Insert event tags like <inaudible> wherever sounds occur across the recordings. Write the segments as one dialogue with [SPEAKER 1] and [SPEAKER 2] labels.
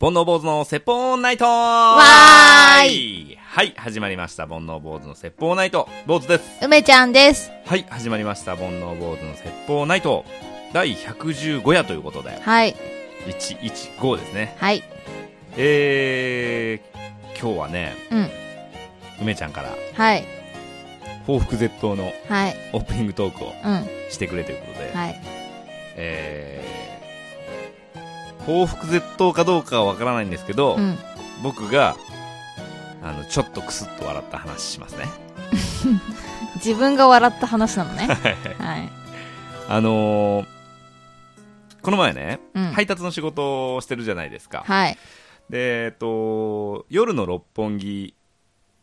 [SPEAKER 1] 煩悩坊主の説法ナイトわ
[SPEAKER 2] ー
[SPEAKER 1] いはい、始まりました。煩悩坊主の説法ナイト。坊主です。
[SPEAKER 2] 梅ちゃんです。
[SPEAKER 1] はい、始まりました。煩悩坊主の説法ナイト。第115夜ということで、
[SPEAKER 2] はい。
[SPEAKER 1] 115ですね。
[SPEAKER 2] はい。
[SPEAKER 1] えー、今日はね、
[SPEAKER 2] うん。
[SPEAKER 1] 梅ちゃんから、
[SPEAKER 2] はい。
[SPEAKER 1] 報復絶倒の
[SPEAKER 2] はい。
[SPEAKER 1] オープニングトークを
[SPEAKER 2] うん。
[SPEAKER 1] してくれということで、
[SPEAKER 2] はい。
[SPEAKER 1] えー、報復絶倒かどうかはわからないんですけど、
[SPEAKER 2] うん。
[SPEAKER 1] 僕が、あの、ちょっとクスッと笑った話しますね。
[SPEAKER 2] 自分が笑った話なのね。はい。
[SPEAKER 1] あのーこの前ね、
[SPEAKER 2] うん。
[SPEAKER 1] 配達の仕事をしてるじゃないですか。
[SPEAKER 2] はい。
[SPEAKER 1] で、えっと、夜の六本木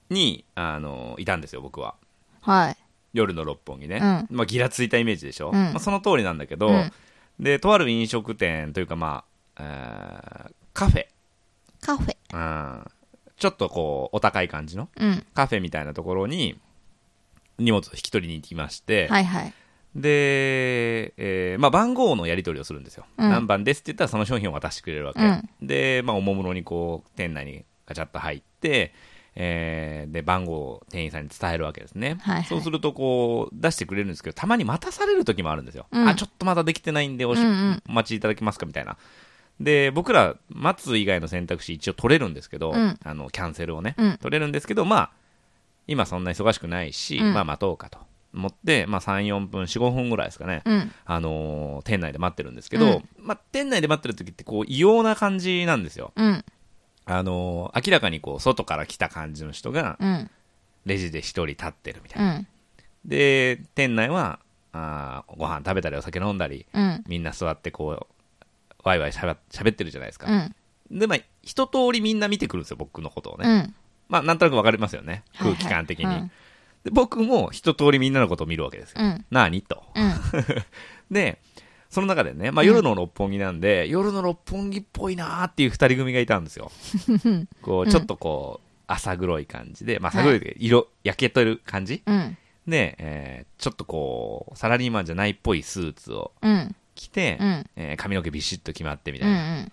[SPEAKER 1] に、あのーいたんですよ、僕は。
[SPEAKER 2] はい。
[SPEAKER 1] 夜の六本木ね。
[SPEAKER 2] うん
[SPEAKER 1] まあ、ギラついたイメージでしょ。
[SPEAKER 2] うん
[SPEAKER 1] まあ、その通りなんだけど、
[SPEAKER 2] うん
[SPEAKER 1] で、とある飲食店というか、まあ、えーカフェ、
[SPEAKER 2] カフェ。
[SPEAKER 1] うん。ちょっとこう、お高い感じの
[SPEAKER 2] うん。
[SPEAKER 1] カフェみたいなところに、荷物を引き取りに行きまして、
[SPEAKER 2] はいはい。
[SPEAKER 1] で、えーまあ、番号のやり取りをするんですよ、
[SPEAKER 2] うん
[SPEAKER 1] 何番ですって言ったらその商品を渡してくれるわけ、
[SPEAKER 2] うん
[SPEAKER 1] で、まあ、おもむろにこう店内にガチャッと入って、えーで番号を店員さんに伝えるわけですね、
[SPEAKER 2] はいはい
[SPEAKER 1] そうするとこう出してくれるんですけどたまに待たされる時もあるんですよ、
[SPEAKER 2] うん
[SPEAKER 1] あちょっとまだできてないんでおし、
[SPEAKER 2] うんうん
[SPEAKER 1] お待ちいただけますかみたいなで僕ら待つ以外の選択肢一応取れるんですけど、
[SPEAKER 2] うん
[SPEAKER 1] あのキャンセルをね、
[SPEAKER 2] うん
[SPEAKER 1] 取れるんですけどまあ今そんな忙しくないし、
[SPEAKER 2] うん
[SPEAKER 1] まあ待とうかと思って、まあ、34分45分ぐらいですかね、
[SPEAKER 2] うん。
[SPEAKER 1] あのー店内で待ってるんですけど、
[SPEAKER 2] うん
[SPEAKER 1] まあ、店内で待ってる時ってこう異様な感じなんですよ、
[SPEAKER 2] うん。
[SPEAKER 1] あのー明らかにこう外から来た感じの人が
[SPEAKER 2] うん。
[SPEAKER 1] レジで一人立ってるみたいうな、
[SPEAKER 2] ん。
[SPEAKER 1] で店内はあーご飯食べたりお酒飲んだり
[SPEAKER 2] うん。
[SPEAKER 1] みんな座ってこうワイワイしゃべ喋ってるじゃないですか、
[SPEAKER 2] うん。
[SPEAKER 1] でまあ一通りみんな見てくるんですよ僕のことをね、
[SPEAKER 2] うん。
[SPEAKER 1] まあなんとなくわかりますよね
[SPEAKER 2] はいは
[SPEAKER 1] 空
[SPEAKER 2] い
[SPEAKER 1] 気感的に、
[SPEAKER 2] うん
[SPEAKER 1] で僕も一通りみんなのことを見るわけですよ、
[SPEAKER 2] うん
[SPEAKER 1] なあにと
[SPEAKER 2] うん。
[SPEAKER 1] で、その中でね、まあ、
[SPEAKER 2] うん
[SPEAKER 1] 夜の六本木なんで、夜の六本木っぽいなーっていう二人組がいたん
[SPEAKER 2] <laughs>
[SPEAKER 1] ですよ。こう、ちょっとこう、朝黒い感じで、まあ、朝黒いで色、焼けてる感じ
[SPEAKER 2] うん。
[SPEAKER 1] で、えーちょっとこう、サラリーマンじゃないっぽいスーツを
[SPEAKER 2] うん。
[SPEAKER 1] 着て、
[SPEAKER 2] うん
[SPEAKER 1] えー髪の毛ビシッと決まってみた
[SPEAKER 2] う
[SPEAKER 1] いな。
[SPEAKER 2] ん。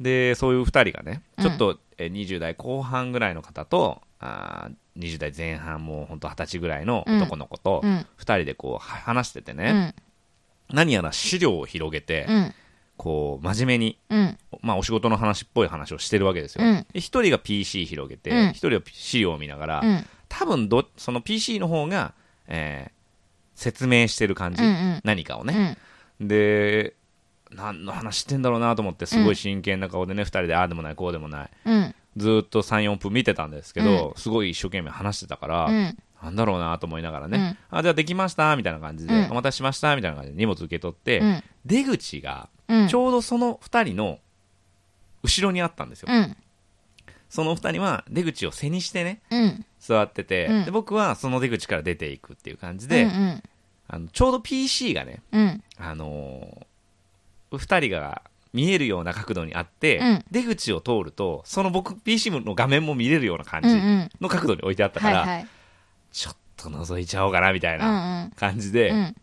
[SPEAKER 1] で、そういう二人がね、
[SPEAKER 2] うん
[SPEAKER 1] ちょっと、えー20代後半ぐらいの方と、あー20代前半もうほんと二十歳ぐらいの男の子と
[SPEAKER 2] うんうん、
[SPEAKER 1] 二人でこう、は話してて
[SPEAKER 2] う
[SPEAKER 1] ね、
[SPEAKER 2] ん。
[SPEAKER 1] 何やら資料を広げて、
[SPEAKER 2] うん。
[SPEAKER 1] こう、真面目に、
[SPEAKER 2] うん。
[SPEAKER 1] まあ、お仕事の話っぽい話をしてるわけですよ。
[SPEAKER 2] うん
[SPEAKER 1] で一人が PC 広げて、
[SPEAKER 2] うん
[SPEAKER 1] 一人は資料を見ながら、
[SPEAKER 2] うん。
[SPEAKER 1] 多分ど、その PC の方が、えー説明してる感じ、
[SPEAKER 2] うんうん
[SPEAKER 1] 何かを
[SPEAKER 2] う
[SPEAKER 1] ね。
[SPEAKER 2] ん。
[SPEAKER 1] で、何の話してんだろうなと思って、すごい真剣な顔でね、二人で、ああでもない、こうでもない。
[SPEAKER 2] うん。
[SPEAKER 1] ずーっと3、4分見てたんですけど、すごい一生懸命話してたから、
[SPEAKER 2] うん。
[SPEAKER 1] なんだろうなと思いながらね、あ、じゃあできましたみたいな感じで、
[SPEAKER 2] うん
[SPEAKER 1] お待たせしましたみたいな感じで荷物受け取って、
[SPEAKER 2] うん。
[SPEAKER 1] 出口が、
[SPEAKER 2] うん。
[SPEAKER 1] ちょうどその2人の後ろにあったんですよ。
[SPEAKER 2] うん。
[SPEAKER 1] その2人は出口を背にしてね、
[SPEAKER 2] うん。
[SPEAKER 1] 座ってて、
[SPEAKER 2] うん
[SPEAKER 1] で僕はその出口から出ていくっていう感じで、
[SPEAKER 2] うん。
[SPEAKER 1] あのちょうど PC がね、
[SPEAKER 2] うん。
[SPEAKER 1] あのー、2人が見えるような角度にあって、
[SPEAKER 2] うん
[SPEAKER 1] 出口を通ると、その僕 PC の画面も見れるような感
[SPEAKER 2] うん。う
[SPEAKER 1] じ
[SPEAKER 2] ん。
[SPEAKER 1] の角度に置いてあったか
[SPEAKER 2] はい
[SPEAKER 1] ら、
[SPEAKER 2] はい。
[SPEAKER 1] ちょっと覗いちゃおうかなみたい
[SPEAKER 2] うん。う。
[SPEAKER 1] なん感じで、
[SPEAKER 2] うん。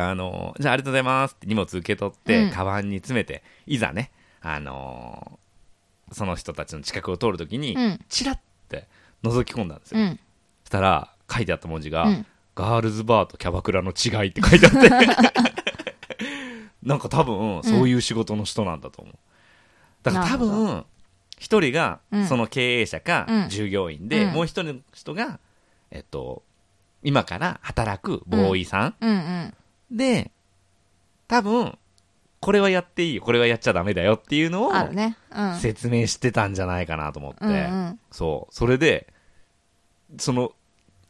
[SPEAKER 1] あの、じゃあありがとうございますって荷物受け取って、
[SPEAKER 2] うん
[SPEAKER 1] カバンに詰めて、いざね、あのーその人たちの近くを通るときに、
[SPEAKER 2] うん
[SPEAKER 1] チラッて覗き込んだんですよ。
[SPEAKER 2] うん。
[SPEAKER 1] そしたら、書いてあった文字が、
[SPEAKER 2] うん
[SPEAKER 1] ガールズバーとキャバクラの違いって書いてあって、なんか多分、そういう仕事の人なんだと思う。だから多
[SPEAKER 2] なる
[SPEAKER 1] 分、一人が
[SPEAKER 2] うん
[SPEAKER 1] その経営者
[SPEAKER 2] う
[SPEAKER 1] か
[SPEAKER 2] ん
[SPEAKER 1] 従業員で、
[SPEAKER 2] うん
[SPEAKER 1] もう一人の人が、えっと、今から働くボーイさん
[SPEAKER 2] うん。うん。
[SPEAKER 1] で、多分、これはやっていいよ、これはやっちゃダメだよっていうのを
[SPEAKER 2] あるね。うん。
[SPEAKER 1] 説明してたんじゃないかなと思って、
[SPEAKER 2] うんうん
[SPEAKER 1] そう、それで、その、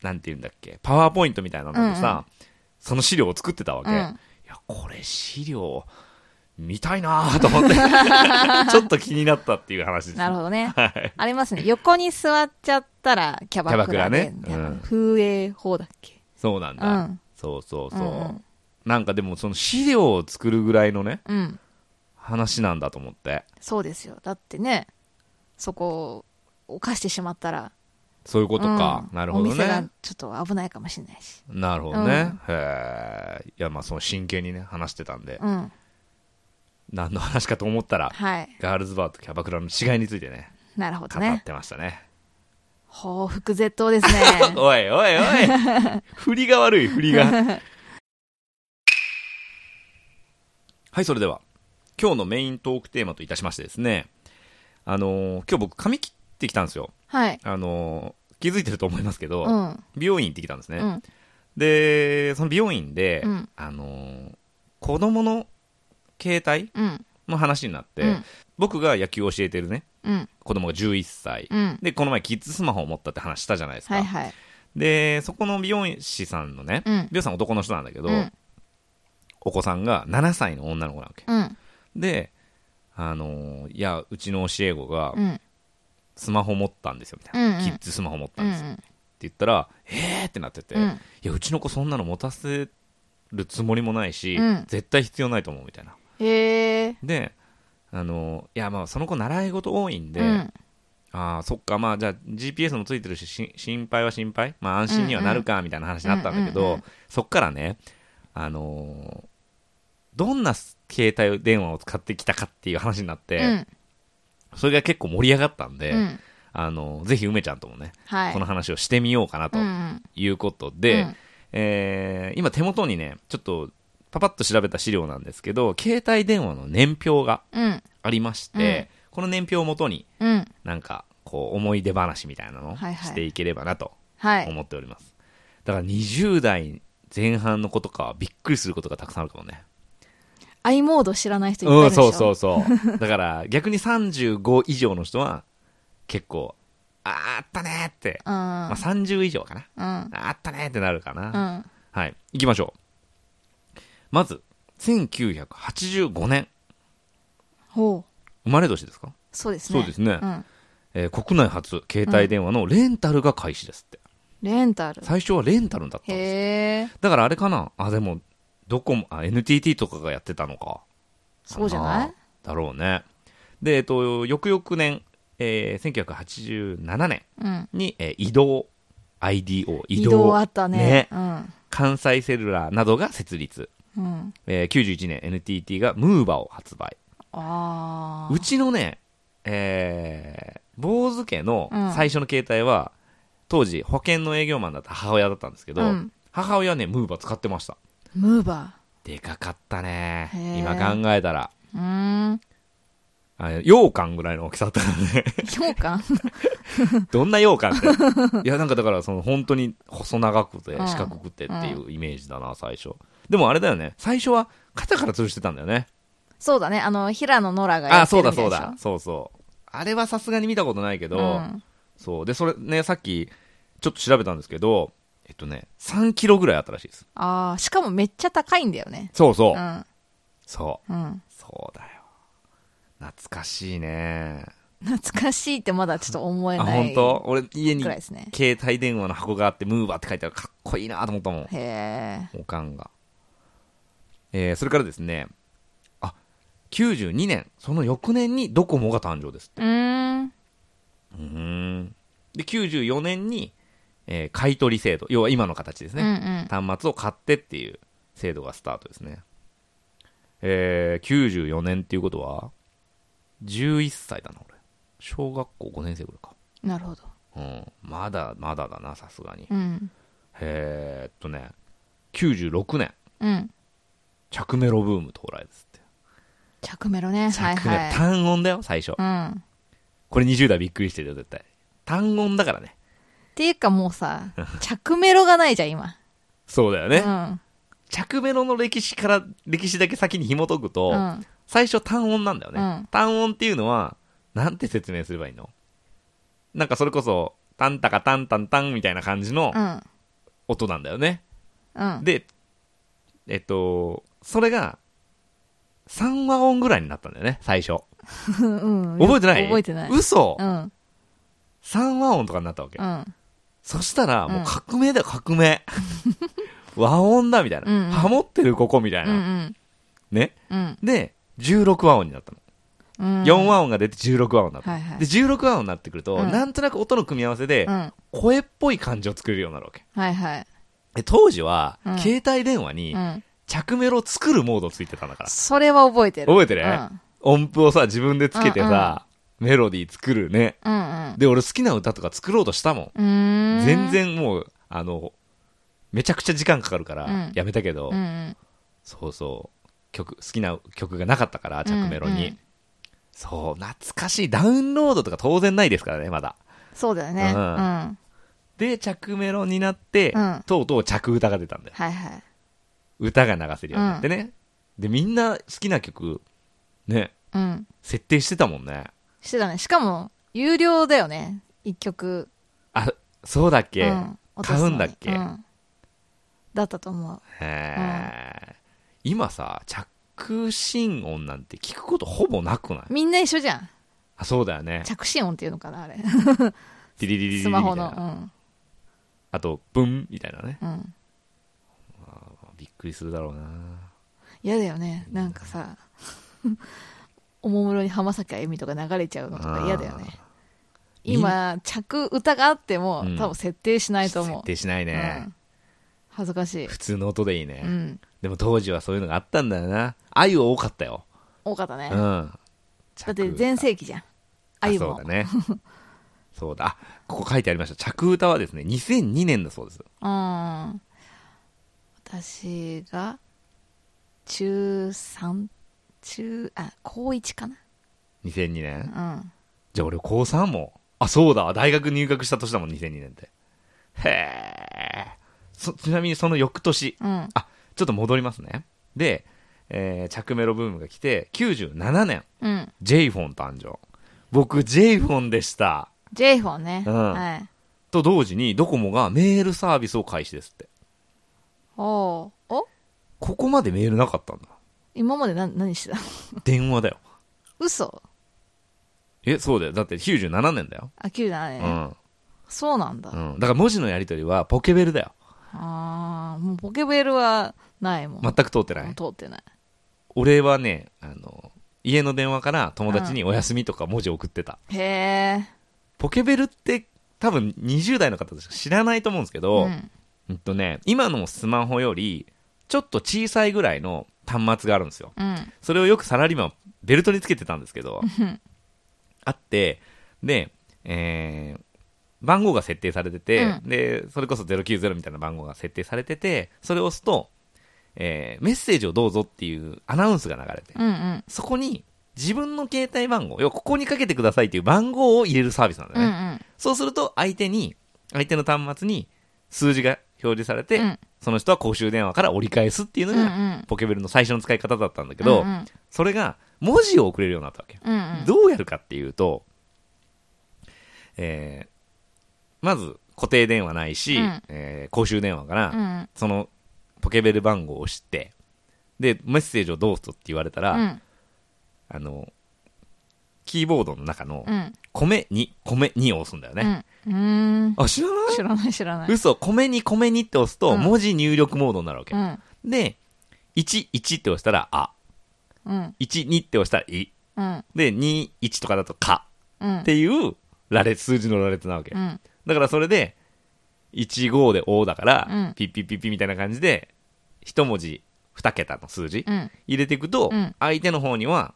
[SPEAKER 1] なんて言うんだっけ、パワーポイントみたいなのでさ、その資料を作ってたわけ。
[SPEAKER 2] うん
[SPEAKER 1] いや、これ資料、見たいなぁと思って、
[SPEAKER 2] <laughs>
[SPEAKER 1] ちょっと気になったっていう話です。
[SPEAKER 2] なるほどね。
[SPEAKER 1] はい。
[SPEAKER 2] ありますね。横に座っちゃったらキャバクラで。
[SPEAKER 1] キャバクラねうん
[SPEAKER 2] 風営法だっけ。
[SPEAKER 1] そうなんだ。
[SPEAKER 2] うん
[SPEAKER 1] そうそうそう。
[SPEAKER 2] うんうん
[SPEAKER 1] なんかでもその資料を作るぐらいのね、
[SPEAKER 2] うん。
[SPEAKER 1] 話なんだと思って。
[SPEAKER 2] そうですよ。だってね、そこを犯してしまったら、
[SPEAKER 1] そういうことか。
[SPEAKER 2] うん
[SPEAKER 1] なるほどね。
[SPEAKER 2] お店がちょっと危ないかもしれないし。
[SPEAKER 1] なるほどね。へえ。いや、まあ、その真剣にね、話してたんで、
[SPEAKER 2] うん。
[SPEAKER 1] 何の話かと思ったら、
[SPEAKER 2] はい。
[SPEAKER 1] ガールズバーとキャバクラの違いについてね、
[SPEAKER 2] なるほど
[SPEAKER 1] 語っ
[SPEAKER 2] ね。
[SPEAKER 1] てましたね。
[SPEAKER 2] 報復絶
[SPEAKER 1] <laughs>
[SPEAKER 2] 倒ですね。
[SPEAKER 1] おいおいおい
[SPEAKER 2] <laughs>
[SPEAKER 1] 振りが悪い、振りが。はい、それでは、今日のメイントークテーマといたしましてですね、あのー今日僕髪切ってきたんですよ。
[SPEAKER 2] はい。
[SPEAKER 1] あのー気づいてると思いますけど、
[SPEAKER 2] うん。
[SPEAKER 1] 美容院行ってきたんですね。
[SPEAKER 2] うん。
[SPEAKER 1] で、その美容院で、
[SPEAKER 2] うん
[SPEAKER 1] あのー子供の携帯
[SPEAKER 2] うん。
[SPEAKER 1] の話になって、
[SPEAKER 2] うん
[SPEAKER 1] 僕が野球を教えてるね、
[SPEAKER 2] うん。
[SPEAKER 1] 子供が11歳。
[SPEAKER 2] うん。
[SPEAKER 1] で、この前キッズスマホを持ったって話したじゃないですか。
[SPEAKER 2] はいはい。
[SPEAKER 1] で、そこの美容師さんのね、
[SPEAKER 2] うん
[SPEAKER 1] 美容師さん男の人なんだけど、
[SPEAKER 2] うん。
[SPEAKER 1] お子さんが7歳の女の子なわけ。
[SPEAKER 2] うん。
[SPEAKER 1] で、あのーいや、うちの教え子が
[SPEAKER 2] うん。
[SPEAKER 1] スマホ持ったんですよ、みたいな、
[SPEAKER 2] うんうん
[SPEAKER 1] キッズスマホ持った
[SPEAKER 2] うん
[SPEAKER 1] ですよ、
[SPEAKER 2] ん。
[SPEAKER 1] って言ったら、えーってなってて、
[SPEAKER 2] うん。
[SPEAKER 1] いや、うちの子そんなの持たせるつもりもないし、
[SPEAKER 2] うん
[SPEAKER 1] 絶対必要ないと思うみたいな。
[SPEAKER 2] へえ。
[SPEAKER 1] で、あの、いや、まあ、その子習い事多いんで、
[SPEAKER 2] うん。
[SPEAKER 1] ああ、そっか、まあ、じゃあ GPS もついてるし、し心配は心配まあ、安心にはなるか、みたいな話になったんだけど、
[SPEAKER 2] うんうんうん
[SPEAKER 1] そっからね、あのーどんな携帯電話を使ってきたかっていう話になって、
[SPEAKER 2] うん。
[SPEAKER 1] それが結構盛り上がったんで、
[SPEAKER 2] うん。
[SPEAKER 1] あのーぜひ梅ちゃんともね、
[SPEAKER 2] はい。
[SPEAKER 1] この話をしてみようかなと
[SPEAKER 2] うん
[SPEAKER 1] いうこと
[SPEAKER 2] うん。
[SPEAKER 1] で、えー今手元にね、ちょっとパパッと調べた資料なんですけど、携帯電話の年表が
[SPEAKER 2] うん。
[SPEAKER 1] ありまして、この年表をもとに、
[SPEAKER 2] うん。うん。
[SPEAKER 1] なんか、こう、思い出話みたいなのを
[SPEAKER 2] はいはい
[SPEAKER 1] していければなと
[SPEAKER 2] はい。
[SPEAKER 1] 思っております。だから20代前半の子とかはびっくりすることがたくさんあるかもね。
[SPEAKER 2] i モード知らない人いっぱいいうる
[SPEAKER 1] ん、
[SPEAKER 2] でしょ。
[SPEAKER 1] そうそうそう。だから逆に35以上の人は結構、あーあったねーって、
[SPEAKER 2] うん。
[SPEAKER 1] まあ、30以上かな。
[SPEAKER 2] うん。
[SPEAKER 1] あったねーってなるかな。
[SPEAKER 2] うん。
[SPEAKER 1] はい。行きましょう。まず、1985年。
[SPEAKER 2] ほう。
[SPEAKER 1] 生まれ年ですか、
[SPEAKER 2] そうですね。
[SPEAKER 1] そうですね
[SPEAKER 2] う。ん。
[SPEAKER 1] えー国内初、携帯電話のレンタルが開始ですって。
[SPEAKER 2] レンタル。
[SPEAKER 1] 最初はレンタルだったんです。
[SPEAKER 2] へえ。
[SPEAKER 1] だからあれかなあ、でも、ドコモ、あ、NTT とかがやってたのか。
[SPEAKER 2] そうじゃない
[SPEAKER 1] だろうね。で、えっと、翌々年、えー1987年
[SPEAKER 2] うん。
[SPEAKER 1] に、えー移動、IDO、
[SPEAKER 2] 移動あったね。
[SPEAKER 1] 関西セルラーなどが設立。
[SPEAKER 2] うん。うん。
[SPEAKER 1] えー91年 NTT がムーバを発売。
[SPEAKER 2] ああ。
[SPEAKER 1] うちのね、えー、坊主家の
[SPEAKER 2] うん
[SPEAKER 1] 最初の携帯は、当時保険の営業マンだった母親だったんですけど、
[SPEAKER 2] うん
[SPEAKER 1] 母親はね、ムーバー使ってました。
[SPEAKER 2] ムーバ
[SPEAKER 1] でかかったね
[SPEAKER 2] へ。ー
[SPEAKER 1] 今考えたら。
[SPEAKER 2] ー。うーん。
[SPEAKER 1] あ羊羹ぐらいの大きさだったの <laughs> ね。
[SPEAKER 2] 評価 <laughs>
[SPEAKER 1] どんな羊羹って。いや、なんかだから、その本当に <laughs> 細長くて
[SPEAKER 2] うん
[SPEAKER 1] 四角くてっていうイメージだな、最初。でもあれだよね。最初は肩から吊るしてたんだよね。
[SPEAKER 2] そうだね。あの、平野ノラがや
[SPEAKER 1] あ、
[SPEAKER 2] って
[SPEAKER 1] そう
[SPEAKER 2] るみた
[SPEAKER 1] だ
[SPEAKER 2] いでし
[SPEAKER 1] そ
[SPEAKER 2] ょ
[SPEAKER 1] うだ。。そうそう。あれはさすがに見たことないけど、
[SPEAKER 2] うん。
[SPEAKER 1] そう。で、それね、さっき、ちょっと調べたんですけど、えっとね、3キロぐらいあったらしいです。
[SPEAKER 2] ああ、しかもめっちゃ高いんだよね。
[SPEAKER 1] そうそう
[SPEAKER 2] う。ん。
[SPEAKER 1] そう。
[SPEAKER 2] うん。
[SPEAKER 1] そうだよ。懐かしいね。
[SPEAKER 2] 懐かしいってまだちょっと思え
[SPEAKER 1] あ、
[SPEAKER 2] な
[SPEAKER 1] 本
[SPEAKER 2] い。
[SPEAKER 1] 当俺、家に
[SPEAKER 2] ぐらいですね。
[SPEAKER 1] 携帯電話の箱があって、ムーバーって書いてあるかっこいいなと思ったもん。
[SPEAKER 2] へえ。
[SPEAKER 1] おかんが。えー、それからですね、あ、92年、その翌年にドコモが誕生です。
[SPEAKER 2] うーん。
[SPEAKER 1] うーん。で、94年に、えー買い取り制度。要は今の形です
[SPEAKER 2] う
[SPEAKER 1] ね。
[SPEAKER 2] んうん。
[SPEAKER 1] 端末を買ってっていう制度がスタートですね。えー、94年っていうことは、11歳だな、俺。小学校5年生ぐらいか。
[SPEAKER 2] なるほど。
[SPEAKER 1] うん。まだ、まだだな、さすがに。
[SPEAKER 2] うん。
[SPEAKER 1] えーっとね、96年、
[SPEAKER 2] うん。
[SPEAKER 1] 着メロブーム到来ですって。
[SPEAKER 2] 着メロね。
[SPEAKER 1] 着
[SPEAKER 2] は
[SPEAKER 1] メ
[SPEAKER 2] い
[SPEAKER 1] ロ、
[SPEAKER 2] はい。
[SPEAKER 1] 単音だよ、最初。
[SPEAKER 2] うん。
[SPEAKER 1] これ20代びっくりしてるよ、絶対。単音だからね。
[SPEAKER 2] っていうかもうさ、着メロがないじゃん、今。
[SPEAKER 1] そうだよ
[SPEAKER 2] う
[SPEAKER 1] ね。
[SPEAKER 2] ん。
[SPEAKER 1] 着メロの歴史から、歴史だけ先に紐解くと、
[SPEAKER 2] うん。
[SPEAKER 1] 最初単音なんだよね、
[SPEAKER 2] うん
[SPEAKER 1] 単音っていうのはなんて説明すればいいのなんかそれこそタンタカタンタンタンみたいな感じの
[SPEAKER 2] うん。
[SPEAKER 1] 音なんだよね、
[SPEAKER 2] うん。
[SPEAKER 1] でえっとそれが3和音ぐらいになったんだよね最初
[SPEAKER 2] う
[SPEAKER 1] <laughs>
[SPEAKER 2] ん
[SPEAKER 1] 覚えてない
[SPEAKER 2] 覚えてない。
[SPEAKER 1] 嘘、
[SPEAKER 2] うん。
[SPEAKER 1] 三3和音とかになったわけ、
[SPEAKER 2] うん。
[SPEAKER 1] そしたらもううん革命だよ革命 <laughs> 和音だみたいな、
[SPEAKER 2] うんうん
[SPEAKER 1] ハモってるここみたい
[SPEAKER 2] うんう
[SPEAKER 1] な、
[SPEAKER 2] ん。
[SPEAKER 1] ね
[SPEAKER 2] うん。
[SPEAKER 1] で16和音になったの、
[SPEAKER 2] うん。
[SPEAKER 1] 4和音が出て16和音になったの、
[SPEAKER 2] はいはい
[SPEAKER 1] で16和音になってくると、
[SPEAKER 2] うん
[SPEAKER 1] なんとなく音の組み合わせで、
[SPEAKER 2] うん。
[SPEAKER 1] 声っぽい感じを作れるようになるわけ。
[SPEAKER 2] はいはい。
[SPEAKER 1] で当時は、
[SPEAKER 2] うん
[SPEAKER 1] 携帯電話に
[SPEAKER 2] うん。
[SPEAKER 1] 着メロ作るモードついてたんだから。
[SPEAKER 2] それは覚えてる。
[SPEAKER 1] 覚えてる
[SPEAKER 2] うん
[SPEAKER 1] 音符をさ、自分でつけてさ、メロディー作るね。
[SPEAKER 2] うん
[SPEAKER 1] で、俺好きな歌とか作ろうとしたもん。
[SPEAKER 2] うん。うーん。
[SPEAKER 1] 全。然もう、あの、めちゃくちゃ時間かかるか
[SPEAKER 2] う
[SPEAKER 1] ら
[SPEAKER 2] ん、
[SPEAKER 1] やめたけど、
[SPEAKER 2] うんうん。
[SPEAKER 1] そうそう、曲、好きな曲がなかったから、着メロに。
[SPEAKER 2] うんうん
[SPEAKER 1] そう、懐かしい。ダウンロードとか当然ないですからね、まだ。
[SPEAKER 2] そうだよね。
[SPEAKER 1] う
[SPEAKER 2] うんん。は
[SPEAKER 1] で、着メロになって、
[SPEAKER 2] うん
[SPEAKER 1] とうとう着歌が出たんだよ。
[SPEAKER 2] いはい。
[SPEAKER 1] 歌が流せるようになってね。で、みんな好きな曲、ね、
[SPEAKER 2] うん。
[SPEAKER 1] 設定してたもんね。
[SPEAKER 2] してたね。しかも、有料だよね。一曲。
[SPEAKER 1] あ、そうだっけ、
[SPEAKER 2] うん落とすのに
[SPEAKER 1] 買うんだっけ
[SPEAKER 2] うんだったと思う。
[SPEAKER 1] へえ、今さ、着信音なんて聞くことほぼなくない
[SPEAKER 2] みんな一緒じゃん。
[SPEAKER 1] あ、そうだよね。
[SPEAKER 2] 着信音っていうのかな、あれ。
[SPEAKER 1] ディリリリリリ
[SPEAKER 2] スマホ
[SPEAKER 1] み
[SPEAKER 2] の
[SPEAKER 1] たいな。あと、ブンみたいなね。
[SPEAKER 2] うん。うん。
[SPEAKER 1] びっくりするだろうな。
[SPEAKER 2] 嫌だよね。なんかさ、 <laughs> おもむろに浜崎あゆみとか流れちゃうのとか嫌だよね。今、着歌があっても、
[SPEAKER 1] うん
[SPEAKER 2] 多分設定しないと思う
[SPEAKER 1] 設。定しないうね
[SPEAKER 2] ん。恥ずかしい。
[SPEAKER 1] 普通の音でいいね、
[SPEAKER 2] うん。
[SPEAKER 1] でも当時はそういうのがあったんだよな。あゆ多かったよ。
[SPEAKER 2] 多かったね。
[SPEAKER 1] うん。だ
[SPEAKER 2] だって全盛期じゃん。あゆ
[SPEAKER 1] そう
[SPEAKER 2] も
[SPEAKER 1] だ。ね。 <laughs> そうだ。あ、ここ書いてありました。着歌はですね、2002年だそうです。
[SPEAKER 2] うん。私が、中3、中、あ、高1か
[SPEAKER 1] 2002年。
[SPEAKER 2] な。うん。
[SPEAKER 1] じゃあ俺高3も。あ、そうだ。大学入学した年だもん、2002年って。へえ。そ、ちなみにその翌年。
[SPEAKER 2] うん。
[SPEAKER 1] あ、ちょっと戻りますね。で、えー、着メロブームが来て、97年、
[SPEAKER 2] うん。
[SPEAKER 1] j フォン誕生。僕、j フォンでした。
[SPEAKER 2] ジェイフォンね。
[SPEAKER 1] うん
[SPEAKER 2] はい。
[SPEAKER 1] と同時に、ドコモがメールサービスを開始ですって。
[SPEAKER 2] おーお
[SPEAKER 1] ここまでメールなかったんだ。
[SPEAKER 2] 今まで何何してたの <laughs>
[SPEAKER 1] 電話だよ。
[SPEAKER 2] 嘘
[SPEAKER 1] え、そうだよ。だって97年だよ。
[SPEAKER 2] あ、97
[SPEAKER 1] う
[SPEAKER 2] 年、
[SPEAKER 1] ん。
[SPEAKER 2] そうなんだ。
[SPEAKER 1] うん。だから文字のやりとりはポケベルだよ。
[SPEAKER 2] あー、もうポケベルはないもん。
[SPEAKER 1] 全く通ってない。
[SPEAKER 2] 通ってない。
[SPEAKER 1] 俺はねあの家の電話から友達に「おやすみ」とか文字送ってた、
[SPEAKER 2] へえ。
[SPEAKER 1] ポケベルって多分20代の方しか知らないと思うんですけど、う
[SPEAKER 2] うんん。
[SPEAKER 1] とね、今のスマホよりちょっと小さいぐらいの端末があるんですよ
[SPEAKER 2] うん。
[SPEAKER 1] それをよくサラリーマンはベルトにつけてたんですけどあってで、えー番号が設定されてて、
[SPEAKER 2] う
[SPEAKER 1] でそれこそ090みたいな番号が設定されててそれを押すと、えーメッセージをどうぞっていうアナウンスが流れて、
[SPEAKER 2] うんうん。
[SPEAKER 1] そこに自分の携帯番号、要はここにかけてくださいっていう番号を入れるサービスなんだ
[SPEAKER 2] う
[SPEAKER 1] よ
[SPEAKER 2] んう
[SPEAKER 1] ね。
[SPEAKER 2] ん。
[SPEAKER 1] そうすると相手に、相手の端末に数字が表示されて、
[SPEAKER 2] うん
[SPEAKER 1] その人は公衆電話から折り返すっていうの
[SPEAKER 2] うんう
[SPEAKER 1] が、
[SPEAKER 2] ん。
[SPEAKER 1] ポケベルの最初の使い方だったんだけど、
[SPEAKER 2] うんうん
[SPEAKER 1] それが文字を送れるようになったわけ。
[SPEAKER 2] うんうん。
[SPEAKER 1] どうやるかっていうと、えー、まず固定電話ないし、
[SPEAKER 2] うん
[SPEAKER 1] えー公衆電話から、
[SPEAKER 2] うん
[SPEAKER 1] そのポケベル番号を押して、で、メッセージをどうぞって言われたら、
[SPEAKER 2] うん
[SPEAKER 1] あの、キーボードの中の
[SPEAKER 2] う、ん
[SPEAKER 1] 米に、米にを押すんだよね。
[SPEAKER 2] うんうん
[SPEAKER 1] あ、知らない
[SPEAKER 2] 知らない知らない
[SPEAKER 1] 嘘、米に米にって押すと、
[SPEAKER 2] うん
[SPEAKER 1] 文字入力モードになるわけ
[SPEAKER 2] う。ん
[SPEAKER 1] で、1、1って押したら、あ。
[SPEAKER 2] うん
[SPEAKER 1] 1、2って押したら、い。
[SPEAKER 2] うん
[SPEAKER 1] で、2、1とかだと、か。
[SPEAKER 2] うん
[SPEAKER 1] っていう、羅列、数字の羅列なわけ
[SPEAKER 2] う。ん
[SPEAKER 1] だからそれで、15で O だから、
[SPEAKER 2] うん
[SPEAKER 1] ピッピッピッピみたいな感じで、一文字、二桁の数字
[SPEAKER 2] うん
[SPEAKER 1] 入れていくと
[SPEAKER 2] うん、
[SPEAKER 1] 相手の方には、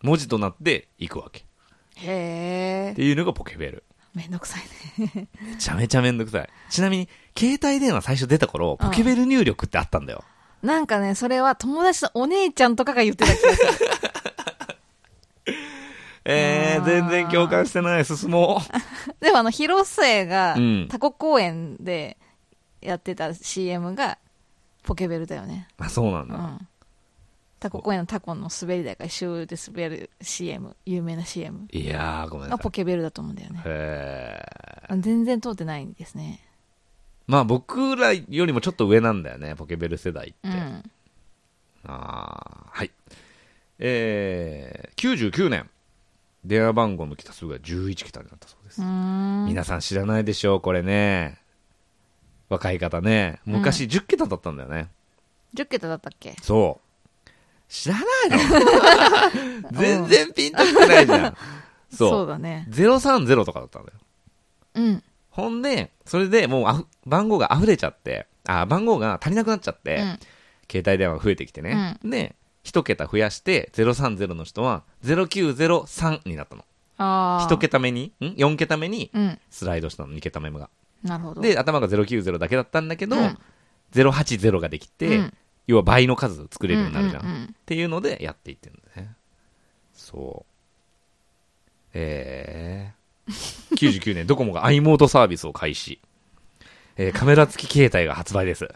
[SPEAKER 1] 文字となっていくわけ。っ
[SPEAKER 2] へえ
[SPEAKER 1] ていうのがポケベル。
[SPEAKER 2] めんどくさいね
[SPEAKER 1] めちゃめちゃめんどくさい。ちなみに、携帯電話最初出た頃、
[SPEAKER 2] うん
[SPEAKER 1] ポケベル入力ってあったんだよ。
[SPEAKER 2] なんかねそれは友達のお姉ちゃんとかが言ってた気がする
[SPEAKER 1] えー、
[SPEAKER 2] あー
[SPEAKER 1] 全然共感してない、進も
[SPEAKER 2] <laughs> でもあの広末が
[SPEAKER 1] うん
[SPEAKER 2] タコ公演でやってた CM がポケベルだよね
[SPEAKER 1] う。あ、そうなん
[SPEAKER 2] う
[SPEAKER 1] だ。
[SPEAKER 2] んタコ公演のタコの滑り台が一周で滑る CM 有名な CM
[SPEAKER 1] いやー、ごめんな
[SPEAKER 2] が
[SPEAKER 1] さい
[SPEAKER 2] ポ。ケベルだと思うんだよね
[SPEAKER 1] えー。
[SPEAKER 2] 全然通ってないんですね
[SPEAKER 1] まあ僕らよりもちょっと上なんだよね、ポケベル世代って。
[SPEAKER 2] う
[SPEAKER 1] あ
[SPEAKER 2] ん
[SPEAKER 1] あーはい。えー、99年、電話番号の桁数が11桁になったそうです
[SPEAKER 2] う。ーん
[SPEAKER 1] 皆さん知らないでしょう、これね。若い方ね。昔10桁だったんだよね。
[SPEAKER 2] 10桁だったっけ
[SPEAKER 1] そう。知らない <laughs> の全然ピンときてないじゃん。
[SPEAKER 2] そう
[SPEAKER 1] そう。
[SPEAKER 2] だね
[SPEAKER 1] 030とかだったんだよ。
[SPEAKER 2] うん
[SPEAKER 1] ほんで、それでもうあふ番号が溢れちゃって、あ、番号が足りなくなっちゃって、
[SPEAKER 2] うん
[SPEAKER 1] 携帯電話が増えてきてね、で1桁増やして030の人は0903になったの
[SPEAKER 2] ああ。
[SPEAKER 1] 1桁目にん4桁目に
[SPEAKER 2] うん。
[SPEAKER 1] スライドしたの2桁目が
[SPEAKER 2] なるほど。
[SPEAKER 1] で頭が090だけだったんだけど、
[SPEAKER 2] うん
[SPEAKER 1] 080ができて、
[SPEAKER 2] うん
[SPEAKER 1] 要は倍の数作
[SPEAKER 2] 売
[SPEAKER 1] れるようになるじゃん,、
[SPEAKER 2] う
[SPEAKER 1] っ
[SPEAKER 2] ん
[SPEAKER 1] ていうのでやっていってるんだねそうえー、99年ドコモが i モードサービスを開始、えーカメラ付き携帯が発売です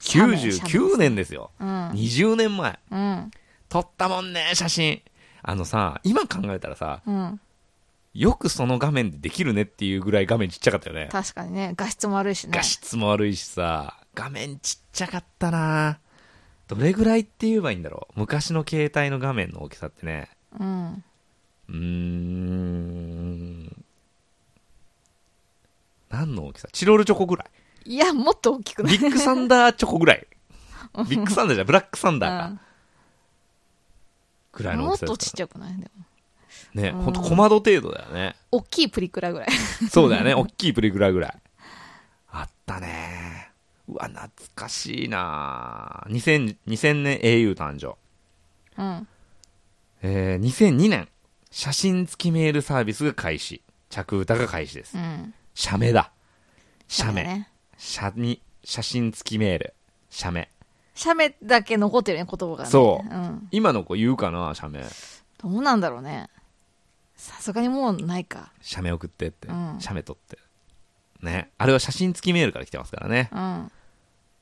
[SPEAKER 2] 写メ写メ
[SPEAKER 1] 99年ですよ
[SPEAKER 2] うん。
[SPEAKER 1] 20年前
[SPEAKER 2] うん。
[SPEAKER 1] 撮ったもんね写真あのさ今考えたらさ
[SPEAKER 2] うん。
[SPEAKER 1] よくその画面でできるねっていうぐらい画面ちっちゃかったよね
[SPEAKER 2] 確かにね、画質も悪いしね
[SPEAKER 1] 画。質も悪いしさ、画面ちっちゃかったなどれぐらいって言えばいいんだろう昔の携帯の画面の大きさってね。
[SPEAKER 2] うん。
[SPEAKER 1] うーん。何の大きさチロルチョコぐらい。
[SPEAKER 2] いや、もっと大きくな
[SPEAKER 1] ビ
[SPEAKER 2] い。
[SPEAKER 1] ッグサンダーチョコぐら <laughs> い。ビッグサンダーじゃんブラックサンダー
[SPEAKER 2] う
[SPEAKER 1] か
[SPEAKER 2] ん。
[SPEAKER 1] ぐらいの
[SPEAKER 2] も
[SPEAKER 1] 大
[SPEAKER 2] っ
[SPEAKER 1] きさだ
[SPEAKER 2] と
[SPEAKER 1] っ
[SPEAKER 2] ちったちゃくないでも
[SPEAKER 1] ね、
[SPEAKER 2] うん
[SPEAKER 1] ほんと小窓程度だよね。
[SPEAKER 2] 大きいプリクラぐらい。
[SPEAKER 1] そうだよね。大きいプリクラぐらい。あったねうわ、懐かしいな 2000, 2000年 au 誕生。
[SPEAKER 2] うん。
[SPEAKER 1] えー2002年、写真付きメールサービスが開始。着歌が開始です
[SPEAKER 2] う。ん。
[SPEAKER 1] 写メだ。写メ。
[SPEAKER 2] メね。
[SPEAKER 1] 写に、写真付きメール。写メ。
[SPEAKER 2] 写メだけ残ってるね、言葉がね。
[SPEAKER 1] そう
[SPEAKER 2] うん。
[SPEAKER 1] 今の子言うかな写メ。
[SPEAKER 2] どうなんだろうね。さすがにもうないか。
[SPEAKER 1] 写メ送ってって
[SPEAKER 2] う。ん
[SPEAKER 1] 写メ撮って。ね。あれは写真付きメールから来てますからね。
[SPEAKER 2] うん。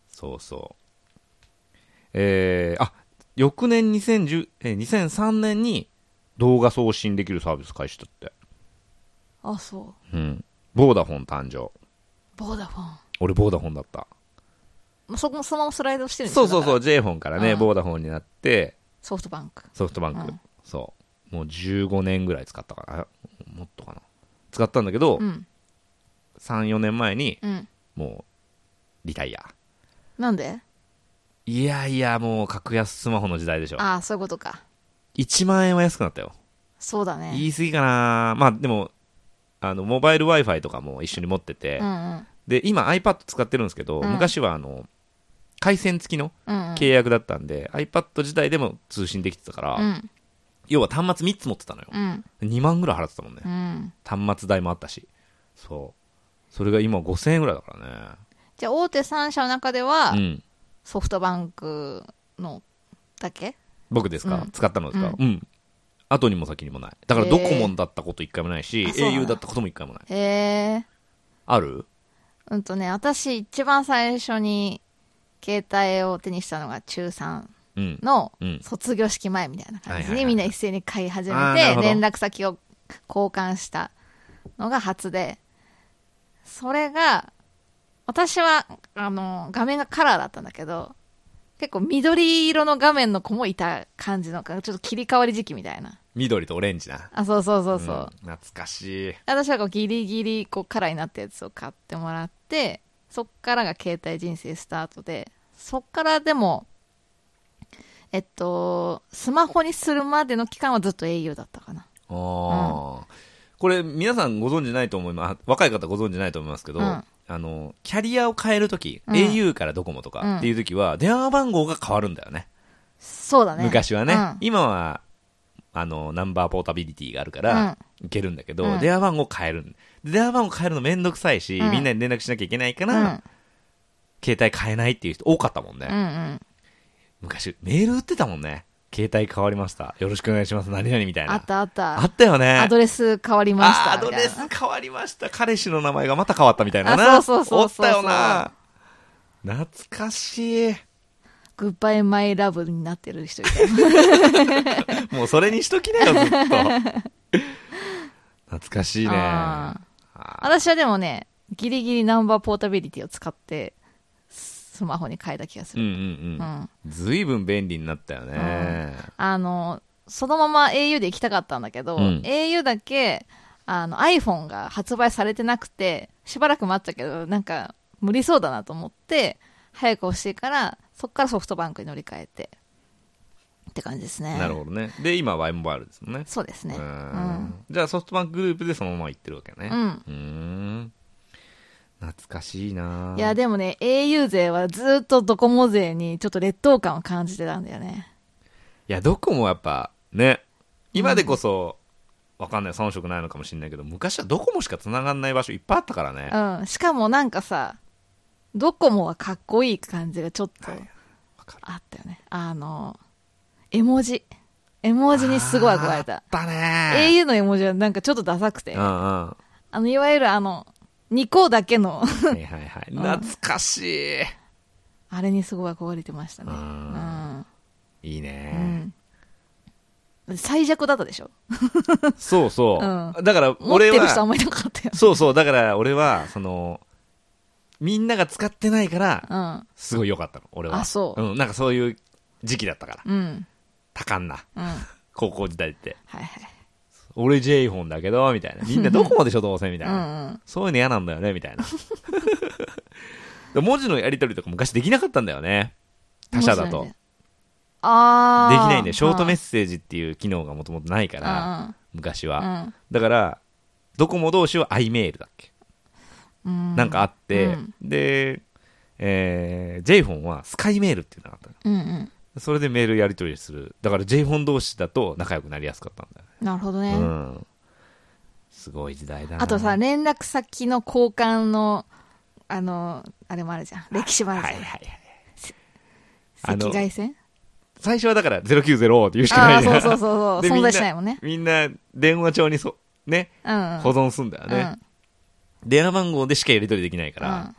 [SPEAKER 1] そうそう。えーあ、翌年2010、えー2003年に動画送信できるサービス開始だって。
[SPEAKER 2] あ、そう。
[SPEAKER 1] うん。ボーダフォン誕生。
[SPEAKER 2] ボーダフォン。
[SPEAKER 1] 俺ボーダフォンだった。
[SPEAKER 2] まあそこもそのままスライドしてるんです。
[SPEAKER 1] そうそうそうう、J フォンからね、
[SPEAKER 2] うん
[SPEAKER 1] ボーダフォンになって、
[SPEAKER 2] ソフトバンク。
[SPEAKER 1] ソフトバンク、
[SPEAKER 2] うん
[SPEAKER 1] そう、もう15年ぐらい使ったかな、あもっとかな、使ったんだけど、
[SPEAKER 2] うん。
[SPEAKER 1] 3、4年前に、
[SPEAKER 2] うん。
[SPEAKER 1] もう、リタイア。
[SPEAKER 2] なんで
[SPEAKER 1] いやいや、もう、格安スマホの時代でしょ。
[SPEAKER 2] ああ、そういうことか。
[SPEAKER 1] 1万円は安くなったよ。
[SPEAKER 2] そうだね。
[SPEAKER 1] 言い過ぎかな、まあでも、あのモバイル Wi-Fi とかも一緒に持ってて、
[SPEAKER 2] うんうん。
[SPEAKER 1] で今 iPad 使ってるんですけど、
[SPEAKER 2] うん
[SPEAKER 1] 昔はあの回線付きの
[SPEAKER 2] うんうん。
[SPEAKER 1] 契約だったんで、iPad 自体でも通信できてたから、
[SPEAKER 2] うん。
[SPEAKER 1] 要は端末3つ持ってたのよ、
[SPEAKER 2] うん。
[SPEAKER 1] 2万ぐらい払ってたもんね
[SPEAKER 2] うん。
[SPEAKER 1] 端末代もあったしそうそれが今5000円ぐらいだから
[SPEAKER 2] じゃあ、大手3社の中では、
[SPEAKER 1] ねうん
[SPEAKER 2] ソフトバンクのだけ
[SPEAKER 1] 僕ですか、
[SPEAKER 2] うん
[SPEAKER 1] 使ったのですかうん、後にも先にもないだからドコモンだったこと一回もないし、
[SPEAKER 2] へーあそうなんだ
[SPEAKER 1] au だったことも一回もない
[SPEAKER 2] へえ。
[SPEAKER 1] ある
[SPEAKER 2] うんとね、私一番最初に携帯を手にしたのが中3
[SPEAKER 1] うん
[SPEAKER 2] の
[SPEAKER 1] うん
[SPEAKER 2] 卒業式前みたいな感じ
[SPEAKER 1] はいはいは
[SPEAKER 2] で
[SPEAKER 1] い
[SPEAKER 2] みんな一斉に買い始
[SPEAKER 1] あーなる
[SPEAKER 2] め
[SPEAKER 1] ほ
[SPEAKER 2] て
[SPEAKER 1] ど
[SPEAKER 2] 連絡先を交換したのが初で、それが、私は、あの、画面がカラーだったんだけど、結構緑色の画面の子もいた感じの、ちょっと切り替わり時期みたいな。
[SPEAKER 1] 緑とオレンジな
[SPEAKER 2] あ、そうそうそうそう。
[SPEAKER 1] ん懐かしい
[SPEAKER 2] 私はこうギリギリこうカラーになったやつを買ってもらってそっからが携帯人生スタートでそっからでもえっとスマホにするまでの期間はずっと au だったかな
[SPEAKER 1] あー、これ皆さんご存知ないと思います若い方ご存知ないと思いますけど、
[SPEAKER 2] うん
[SPEAKER 1] あのキャリアを変えるとき、
[SPEAKER 2] うん
[SPEAKER 1] au からドコモとかっていうときは、電話番号が変わるんだよね
[SPEAKER 2] そうだね
[SPEAKER 1] 昔はね、
[SPEAKER 2] うん
[SPEAKER 1] 今はあのナンバーポータビリティがあるから、いけるんだけど、
[SPEAKER 2] うん
[SPEAKER 1] 電話番号変えるんで電話番号変えるのめんどくさいし、
[SPEAKER 2] うん
[SPEAKER 1] みんなに連絡しなきゃいけないか
[SPEAKER 2] うん、う
[SPEAKER 1] ら、
[SPEAKER 2] ん
[SPEAKER 1] 携帯変えないっていう人多かったもんね、
[SPEAKER 2] うん
[SPEAKER 1] 昔メール打ってたもんね携帯変わりましたよろしくお願いします何々みたいな
[SPEAKER 2] あったあった
[SPEAKER 1] あったよね
[SPEAKER 2] アドレス変わりました
[SPEAKER 1] あーアドレス変わりました彼氏の名前がまた変わったみたいなな
[SPEAKER 2] あそうそうそうそう
[SPEAKER 1] おったよな懐かしい
[SPEAKER 2] グッバイマイラブになってる人いたよ
[SPEAKER 1] もうそれにしときなよずっと
[SPEAKER 2] <laughs>
[SPEAKER 1] 懐かしいね
[SPEAKER 2] あー
[SPEAKER 1] あ
[SPEAKER 2] 私はでもねギリギリナンバーポータビリティを使ってスマホに変えた気がす
[SPEAKER 1] うん
[SPEAKER 2] る、
[SPEAKER 1] うんう
[SPEAKER 2] う
[SPEAKER 1] ん
[SPEAKER 2] ん、
[SPEAKER 1] ずいぶん便利になったよね
[SPEAKER 2] あの、そのまま au で行きたかったんだけど、
[SPEAKER 1] うん
[SPEAKER 2] au だけ、あの iPhone が発売されてなくて、しばらく待ったけど、なんか無理そうだなと思って、早く欲しいから、そっからソフトバンクに乗り換えて、って感じですね。
[SPEAKER 1] なるほどねで今 Y モバイルですもんね
[SPEAKER 2] そうですね。
[SPEAKER 1] う
[SPEAKER 2] うん
[SPEAKER 1] じゃあソフトバンクグループでそのまま行ってるわけね
[SPEAKER 2] ん。
[SPEAKER 1] うーん懐かしいない
[SPEAKER 2] や、でもね、au 勢はずっとドコモ勢にちょっと劣等感を感じてたんだよね。
[SPEAKER 1] いや、どこもやっぱ、ね、今でこそ、わかんない、遜色ないのかもしれないけど、昔はどこもしか繋がんない場所いっぱいあったからね。
[SPEAKER 2] うん。しかもなんかさ、ドコモはかっこいい感じがちょっと
[SPEAKER 1] はいわかる。
[SPEAKER 2] あったよね。あの、絵文字。絵文字にすごい憧れ。
[SPEAKER 1] あったたね
[SPEAKER 2] au の絵文字はなんかちょっとダサくて。
[SPEAKER 1] うんうん。は
[SPEAKER 2] あの、いわゆるあの、2個だけの、 <laughs>
[SPEAKER 1] いはいはい。懐かしい。
[SPEAKER 2] あれにすごい憧れてましたね。
[SPEAKER 1] あいい
[SPEAKER 2] うん。う
[SPEAKER 1] ね。
[SPEAKER 2] ん。最弱だったでしょ
[SPEAKER 1] そうそうう。だから、
[SPEAKER 2] 持っ
[SPEAKER 1] 俺
[SPEAKER 2] てる人あん
[SPEAKER 1] は、
[SPEAKER 2] まりいなかったよ。
[SPEAKER 1] そうそう、だから俺は、その、みんなが使ってないから、
[SPEAKER 2] うん。
[SPEAKER 1] すごい良かったの、俺は。。
[SPEAKER 2] あそう
[SPEAKER 1] うん、なんかそういう時期だったから。
[SPEAKER 2] うん。
[SPEAKER 1] 多感な、
[SPEAKER 2] うん。はい
[SPEAKER 1] 高校時代って。
[SPEAKER 2] はい。
[SPEAKER 1] 俺 J 本だけど、みたいな。みんなどこまでしょ、どうせ、みたいうな。
[SPEAKER 2] んうん。
[SPEAKER 1] そういうの嫌なん <laughs> だよね、みたいな。文字のやり取りとか昔できなかったんだよね。他社だと。
[SPEAKER 2] 面白
[SPEAKER 1] で
[SPEAKER 2] いね。
[SPEAKER 1] き
[SPEAKER 2] ああ。
[SPEAKER 1] ないんで、ショートメッ
[SPEAKER 2] セ
[SPEAKER 1] セージっていう機能がもともとないから、昔は。
[SPEAKER 2] ー
[SPEAKER 1] だから、ドコモ同士は i メールだっけ
[SPEAKER 2] うん。
[SPEAKER 1] なんかあって
[SPEAKER 2] うん、
[SPEAKER 1] で、えー J 本はスカイメールっていうのがあったの
[SPEAKER 2] うんうん。
[SPEAKER 1] それでメールやり取りする。だから J 本同士だと仲良くなりやすかったんだよね
[SPEAKER 2] なるほどね。
[SPEAKER 1] うん。すごい時代だな。
[SPEAKER 2] あとさ、連絡先の交換の、あの、あれもあるじゃん。歴史もあ
[SPEAKER 1] はい
[SPEAKER 2] るじ
[SPEAKER 1] は
[SPEAKER 2] ゃ
[SPEAKER 1] い
[SPEAKER 2] ん。
[SPEAKER 1] はい。あの
[SPEAKER 2] 赤外線
[SPEAKER 1] 最初はだから090って言うしか
[SPEAKER 2] あ
[SPEAKER 1] な
[SPEAKER 2] あー、
[SPEAKER 1] いじゃ
[SPEAKER 2] そ
[SPEAKER 1] ん
[SPEAKER 2] うそうそう
[SPEAKER 1] で
[SPEAKER 2] そう。
[SPEAKER 1] み
[SPEAKER 2] 存
[SPEAKER 1] んな
[SPEAKER 2] 在しないもんね。
[SPEAKER 1] みんな電話帳にそね
[SPEAKER 2] うんうん。
[SPEAKER 1] 保存すんだよね、電話番号でしかやり取りできないから、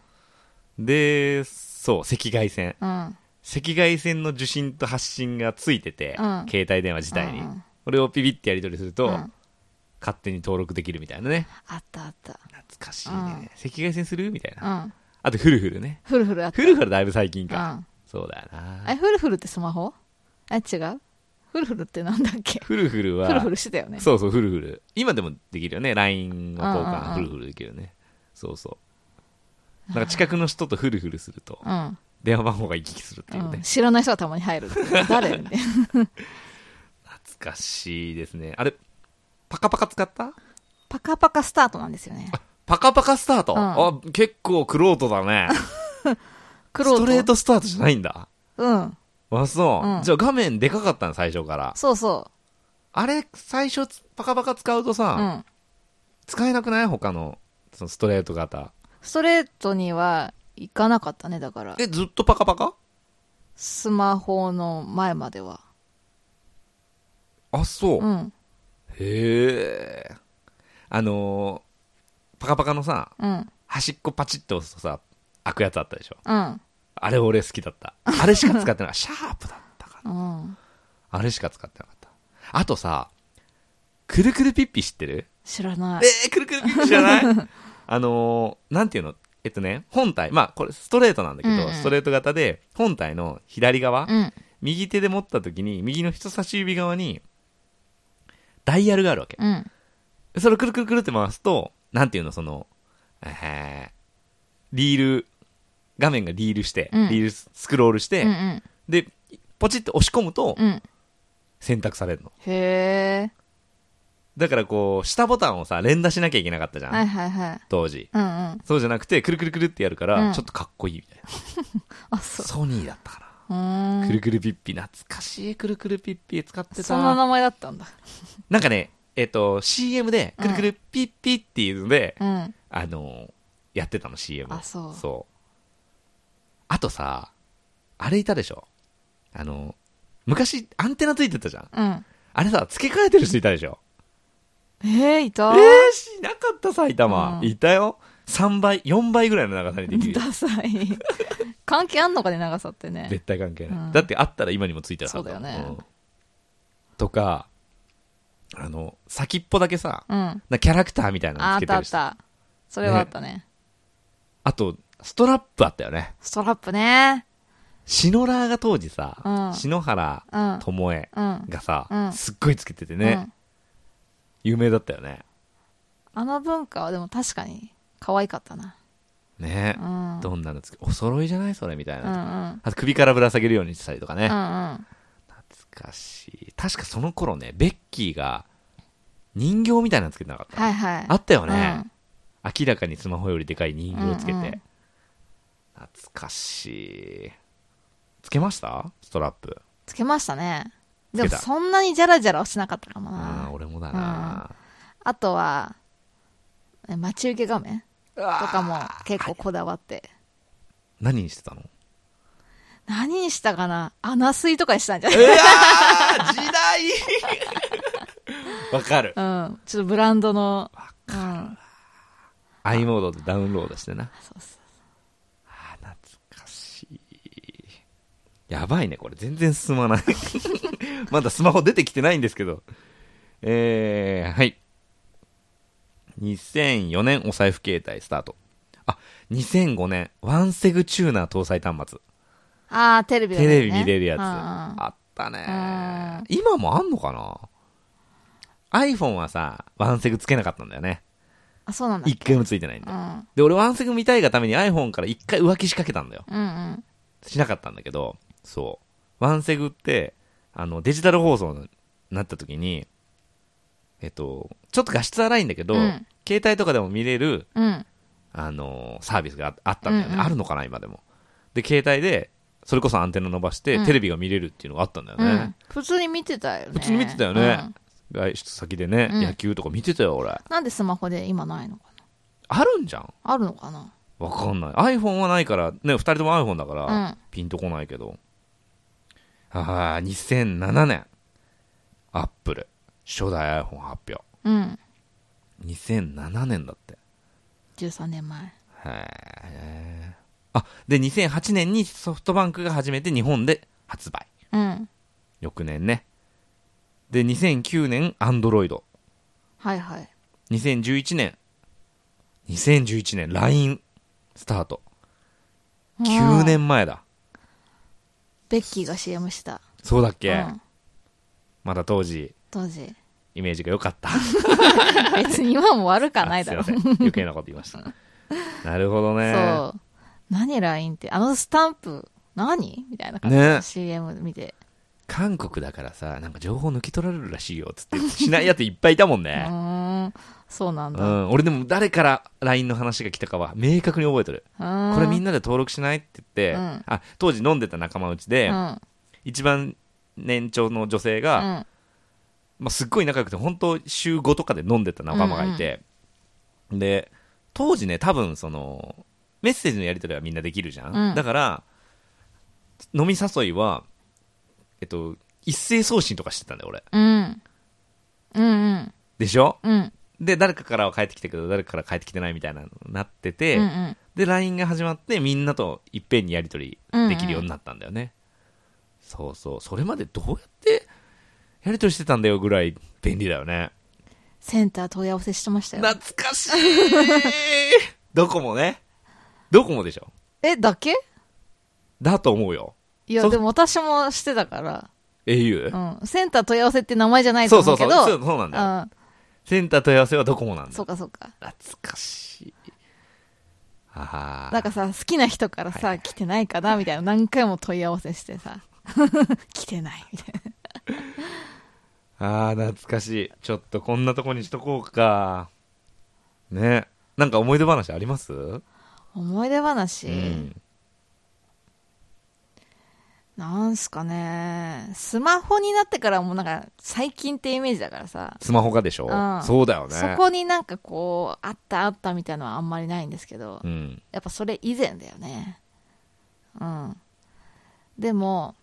[SPEAKER 1] でそう赤外線
[SPEAKER 2] うん。うん。
[SPEAKER 1] 赤外線の受信と発信がついてて、
[SPEAKER 2] うん
[SPEAKER 1] 携帯電話自体に、
[SPEAKER 2] うんうん
[SPEAKER 1] これをピピってやり取りすると、
[SPEAKER 2] うん
[SPEAKER 1] 勝手に登録できるみたいなね
[SPEAKER 2] あったあった。
[SPEAKER 1] 懐かしいね、
[SPEAKER 2] うん
[SPEAKER 1] 赤外線するみたいな、
[SPEAKER 2] うん。
[SPEAKER 1] あとフルフルね
[SPEAKER 2] フルフルあった。
[SPEAKER 1] フルフルだいぶ最近
[SPEAKER 2] う
[SPEAKER 1] か、
[SPEAKER 2] ん。
[SPEAKER 1] そうだよな
[SPEAKER 2] あれ、フルフルってスマホあ、違うフルフルってなんだっけ
[SPEAKER 1] フルフルは
[SPEAKER 2] フルフルしてたよね。
[SPEAKER 1] そうそう、フルフル。今でもできるよね。LINE の交
[SPEAKER 2] うんうんうん
[SPEAKER 1] 換、フルフルできるよね。そうそう。なんか近くの人とフルフルすると、
[SPEAKER 2] うん。
[SPEAKER 1] 電話番号が行き来するっていう
[SPEAKER 2] う
[SPEAKER 1] ね
[SPEAKER 2] ん。。知らない人がたまに入る。誰みたいな
[SPEAKER 1] 懐かしいですね。あれ、パカパカ使った
[SPEAKER 2] パカパカスタートなんですよね。
[SPEAKER 1] パカパカスタート。
[SPEAKER 2] うん
[SPEAKER 1] あ、結構クロートだ
[SPEAKER 2] <laughs>
[SPEAKER 1] ね。
[SPEAKER 2] クロ
[SPEAKER 1] ストレートスタートじゃないんだ。
[SPEAKER 2] うん。
[SPEAKER 1] あ、そう。
[SPEAKER 2] うん
[SPEAKER 1] じゃあ画面でかかったの、最初から。
[SPEAKER 2] そうそ
[SPEAKER 1] あれ、最初つ、パカパカ使うと
[SPEAKER 2] う。
[SPEAKER 1] さ、
[SPEAKER 2] うん。
[SPEAKER 1] 使えなくない他の、そのストレート型。
[SPEAKER 2] ストレートには行かなかったね、だから。
[SPEAKER 1] え、ずっとパカパカ
[SPEAKER 2] スマホの前までは。
[SPEAKER 1] あ、そう。
[SPEAKER 2] うん。
[SPEAKER 1] へえ。あのーパカパカのさ、
[SPEAKER 2] うん。
[SPEAKER 1] 端っこパチッと押すとさ、開くやつあったでしょ。
[SPEAKER 2] うん。
[SPEAKER 1] あれ俺好きだった。あれしか使って
[SPEAKER 2] <laughs>
[SPEAKER 1] ない。シャープだったかな。
[SPEAKER 2] うん。
[SPEAKER 1] あれしか使ってなかった。あとさ、くるくるピッピ知ってる
[SPEAKER 2] 知らない。
[SPEAKER 1] えー、くるくるピッピ知ら
[SPEAKER 2] <laughs>
[SPEAKER 1] ないあのーなんていうのえっとね、本体、まあこれストレートなんだけど、
[SPEAKER 2] うんうん
[SPEAKER 1] ストレート型で、本体の左側、
[SPEAKER 2] うん。
[SPEAKER 1] 右手で持った時に、右の人差し指側に、ダイヤルがあるわけ。
[SPEAKER 2] うん。
[SPEAKER 1] それをくるくるくるって回すと、なんていうの、その、えーリール、画面がリールして、
[SPEAKER 2] うん
[SPEAKER 1] リールススクロールして、
[SPEAKER 2] うんうん。
[SPEAKER 1] で、ポチって押し込むと
[SPEAKER 2] うん。
[SPEAKER 1] 選択されるの。
[SPEAKER 2] へえ。
[SPEAKER 1] だからこう、下ボタンをさ、連打しなきゃいけなかったじゃん、
[SPEAKER 2] はいはいはい。
[SPEAKER 1] 当時。
[SPEAKER 2] うんうん。
[SPEAKER 1] そうじゃなくて、くるくるくるってやるから、
[SPEAKER 2] うん
[SPEAKER 1] ちょっとかっこいいみたいな。
[SPEAKER 2] あ、そう。
[SPEAKER 1] ソニーだったか
[SPEAKER 2] う
[SPEAKER 1] な。
[SPEAKER 2] ー
[SPEAKER 1] く
[SPEAKER 2] ん。
[SPEAKER 1] るくるピッピ、懐かしいくるくるピッピ使って
[SPEAKER 2] そんな
[SPEAKER 1] た。
[SPEAKER 2] 名前だったんだ。
[SPEAKER 1] なんかね、えっ、と、CM で、くるくるピッピっていうので、
[SPEAKER 2] うん。
[SPEAKER 1] あのーやってたの CM
[SPEAKER 2] あそう
[SPEAKER 1] あとさあれいたでしょあのー昔アンテナついてたじゃん
[SPEAKER 2] うん。
[SPEAKER 1] あれさ付け替えてる人いたでしょ
[SPEAKER 2] えー、い
[SPEAKER 1] え
[SPEAKER 2] た
[SPEAKER 1] ー、しなかった埼玉、
[SPEAKER 2] うん
[SPEAKER 1] いたよ3倍4倍ぐらいの長さにできるよ
[SPEAKER 2] ダサ
[SPEAKER 1] <laughs>
[SPEAKER 2] い。関係あんのかね、長さってね。
[SPEAKER 1] 絶対関係ない、
[SPEAKER 2] うん
[SPEAKER 1] だってあったら今にもついてるはずもん
[SPEAKER 2] そうだよね
[SPEAKER 1] んとかあの先っぽだけさ
[SPEAKER 2] うん。
[SPEAKER 1] なキャラクターみたいなの
[SPEAKER 2] あ
[SPEAKER 1] つ
[SPEAKER 2] っ
[SPEAKER 1] け
[SPEAKER 2] た
[SPEAKER 1] て
[SPEAKER 2] あ
[SPEAKER 1] る
[SPEAKER 2] っ
[SPEAKER 1] 人あ
[SPEAKER 2] た。それはあったね。
[SPEAKER 1] とストラップあったよね
[SPEAKER 2] ストラップね。
[SPEAKER 1] シノラーが当時さ、
[SPEAKER 2] うん
[SPEAKER 1] 篠原
[SPEAKER 2] うん。
[SPEAKER 1] 巴、え
[SPEAKER 2] うん。
[SPEAKER 1] がさ、
[SPEAKER 2] うん
[SPEAKER 1] すっごいつけてて
[SPEAKER 2] う
[SPEAKER 1] ね、
[SPEAKER 2] ん。
[SPEAKER 1] 有名だったよね。
[SPEAKER 2] あの文化はでも確かに可愛かったな。
[SPEAKER 1] ね、
[SPEAKER 2] うん。
[SPEAKER 1] どんなのつけ、お揃いじゃないそれみたい
[SPEAKER 2] うんう
[SPEAKER 1] な。
[SPEAKER 2] ん。
[SPEAKER 1] あと首からぶら下げるようにしてたりとか
[SPEAKER 2] う
[SPEAKER 1] ね。
[SPEAKER 2] んうん。
[SPEAKER 1] 懐かしい。確かその頃ね、ベッキーが人形みたいなのつけてなかった。
[SPEAKER 2] はいはい。
[SPEAKER 1] あったよね、
[SPEAKER 2] うん
[SPEAKER 1] 明らかにスマホよりでかい人形をつけて、
[SPEAKER 2] うんうん
[SPEAKER 1] 懐かしいつけましたストラップ
[SPEAKER 2] つけましたねで
[SPEAKER 1] つけ
[SPEAKER 2] も
[SPEAKER 1] た
[SPEAKER 2] そんなにジャラジャラはしなかったかも
[SPEAKER 1] あ
[SPEAKER 2] な
[SPEAKER 1] あ俺もだな、
[SPEAKER 2] あとはえ待ち受け画面
[SPEAKER 1] と
[SPEAKER 2] とかも結構こだわって
[SPEAKER 1] 何にしてたの
[SPEAKER 2] 何にしたかな穴水とかにしたんじゃな
[SPEAKER 1] う
[SPEAKER 2] い
[SPEAKER 1] わー時代 <laughs> わかる
[SPEAKER 2] うん、ちょっとブランドの、
[SPEAKER 1] わ
[SPEAKER 2] うん、そう
[SPEAKER 1] i モードでダウンロードしてな
[SPEAKER 2] そう
[SPEAKER 1] あー懐かしいやばいねこれ全然進まない <laughs> まだスマホ出てきてないんですけどえー、はい2004年お財布携帯スタートあ2005年ワンセグチューナー搭載端末
[SPEAKER 2] ああ、テレビだ
[SPEAKER 1] テ
[SPEAKER 2] ね
[SPEAKER 1] レビ見れるやつ、
[SPEAKER 2] うんうん
[SPEAKER 1] あったね、
[SPEAKER 2] うん
[SPEAKER 1] 今もあんのかな iPhone はさワンセグつけなかったんだよね
[SPEAKER 2] あ、そうなんだ。
[SPEAKER 1] 一回もついてないん
[SPEAKER 2] う
[SPEAKER 1] だよ
[SPEAKER 2] ん。
[SPEAKER 1] で俺ワンセグ見たいがために iPhone から一回浮気しかけたんだよ
[SPEAKER 2] うんうん。
[SPEAKER 1] しなかったんだけど、そう。ワンセグって、あの、デジタル放送になった時に、えっと、ちょっと画質荒いんだけど、
[SPEAKER 2] うん
[SPEAKER 1] 携帯とかでも見れる、
[SPEAKER 2] うん。
[SPEAKER 1] あのサービスがああったんだよね。
[SPEAKER 2] うんうん
[SPEAKER 1] あるのかな、今でも。で、携帯で、それこそアンテナ伸ばして、
[SPEAKER 2] うん
[SPEAKER 1] テレビが見れるっていうのがあったんだよ
[SPEAKER 2] う
[SPEAKER 1] ね。
[SPEAKER 2] ん普通に見てたよね。
[SPEAKER 1] 普通に見てたよね。外出先でね、
[SPEAKER 2] うん
[SPEAKER 1] 野球とか見てたよ、俺
[SPEAKER 2] う。んなんでスマホで今ないのか
[SPEAKER 1] あるんじゃん
[SPEAKER 2] なあるのかな
[SPEAKER 1] わかんない。iPhone はないから、ね、二人とも iPhone だから、
[SPEAKER 2] うん
[SPEAKER 1] ピンとこないけど。ああ、2007年。アップル。初代 iPhone 発表。
[SPEAKER 2] うん。
[SPEAKER 1] 2007年だって。
[SPEAKER 2] 13年前。
[SPEAKER 1] へえ。あ、で、2008年にソフトバンクが初めて日本で発売。
[SPEAKER 2] うん。
[SPEAKER 1] 翌年ね。で、2009年、アンドロイド。
[SPEAKER 2] はいはい。
[SPEAKER 1] 2011年、2011年、LINE スタート。
[SPEAKER 2] う
[SPEAKER 1] 9
[SPEAKER 2] ん。
[SPEAKER 1] 年前だ。
[SPEAKER 2] ベッキーが CM した。
[SPEAKER 1] そうだっけ、
[SPEAKER 2] うん
[SPEAKER 1] まだ当時、
[SPEAKER 2] 当時。
[SPEAKER 1] イメージが良かった。
[SPEAKER 2] 別に今も悪かないだろ。
[SPEAKER 1] あすいません余計なこと言いました。なるほどね。
[SPEAKER 2] そう。何 LINE って、あのスタンプ、何みたいな感じ
[SPEAKER 1] ね
[SPEAKER 2] の CM 見て。
[SPEAKER 1] 韓国だからさ、なんか情報抜き取られるらしいよ、つって。しないやついっぱいいたもん
[SPEAKER 2] う
[SPEAKER 1] ね。
[SPEAKER 2] ーん。そうなん
[SPEAKER 1] う
[SPEAKER 2] だ。
[SPEAKER 1] ん。俺でも誰から LINE の話が来たかは明確に覚えてる。
[SPEAKER 2] こ
[SPEAKER 1] これみんなで登録しないって言って、
[SPEAKER 2] うん
[SPEAKER 1] あ、当時飲んでた仲間内で、一番年長の女性
[SPEAKER 2] う
[SPEAKER 1] が、
[SPEAKER 2] ん。
[SPEAKER 1] まあ、すっごい仲良くて、本当週5とかで飲んでた仲間がいて、で、当時ね、多分その、メッセージのやり取りはみんなできるじゃん。
[SPEAKER 2] うん
[SPEAKER 1] だから、飲み誘いは、えっと、一斉送信とかしてたんだよ、俺。
[SPEAKER 2] うん。うんうん。
[SPEAKER 1] でしょ
[SPEAKER 2] うん。
[SPEAKER 1] で、誰かからは帰ってきたけど、誰かから帰ってきてないみたいなのになってて、
[SPEAKER 2] うんうん。
[SPEAKER 1] で、LINE が始まって、みんなといっぺんにやり取りできるようになったんだよね。そうそう。それまでどうやってやり取りしてたんだよぐらい便利だよね。
[SPEAKER 2] センター問い合わせしてましたよ。
[SPEAKER 1] 懐かしいドコモね。ドコモでしょ
[SPEAKER 2] え、だけ
[SPEAKER 1] だと思うよ。
[SPEAKER 2] いや、
[SPEAKER 1] そう
[SPEAKER 2] でも私もしてたから。
[SPEAKER 1] au?
[SPEAKER 2] うん。センター問い合わせって名前じゃないと
[SPEAKER 1] そう
[SPEAKER 2] 思
[SPEAKER 1] そう
[SPEAKER 2] うけ
[SPEAKER 1] そう。そ
[SPEAKER 2] ど。
[SPEAKER 1] うそうなんだよ、
[SPEAKER 2] ん。
[SPEAKER 1] センター問い合わせはドコモなんだ
[SPEAKER 2] そ
[SPEAKER 1] よ。
[SPEAKER 2] うかそうか。
[SPEAKER 1] 懐かしい。ああ。
[SPEAKER 2] なんかさ、好きな人からさ、来てないかなみたいな何回も問い合わせしてさ。 <laughs> 来てないみたいな。
[SPEAKER 1] ああ、懐かしい。ちょっとこんなとこにしとこうか。ね。なんか思い出話ありますう
[SPEAKER 2] 思い出話、
[SPEAKER 1] ん。
[SPEAKER 2] なんすかね。スマホになってからもうなんか最近ってイメージだからさ。
[SPEAKER 1] スマホがでしょ
[SPEAKER 2] うん
[SPEAKER 1] そうだよね。
[SPEAKER 2] そこになんかこう、あったあったみたいのはあんまりないんですけど。
[SPEAKER 1] うん。
[SPEAKER 2] やっぱそれ以前だよね。うん。でも、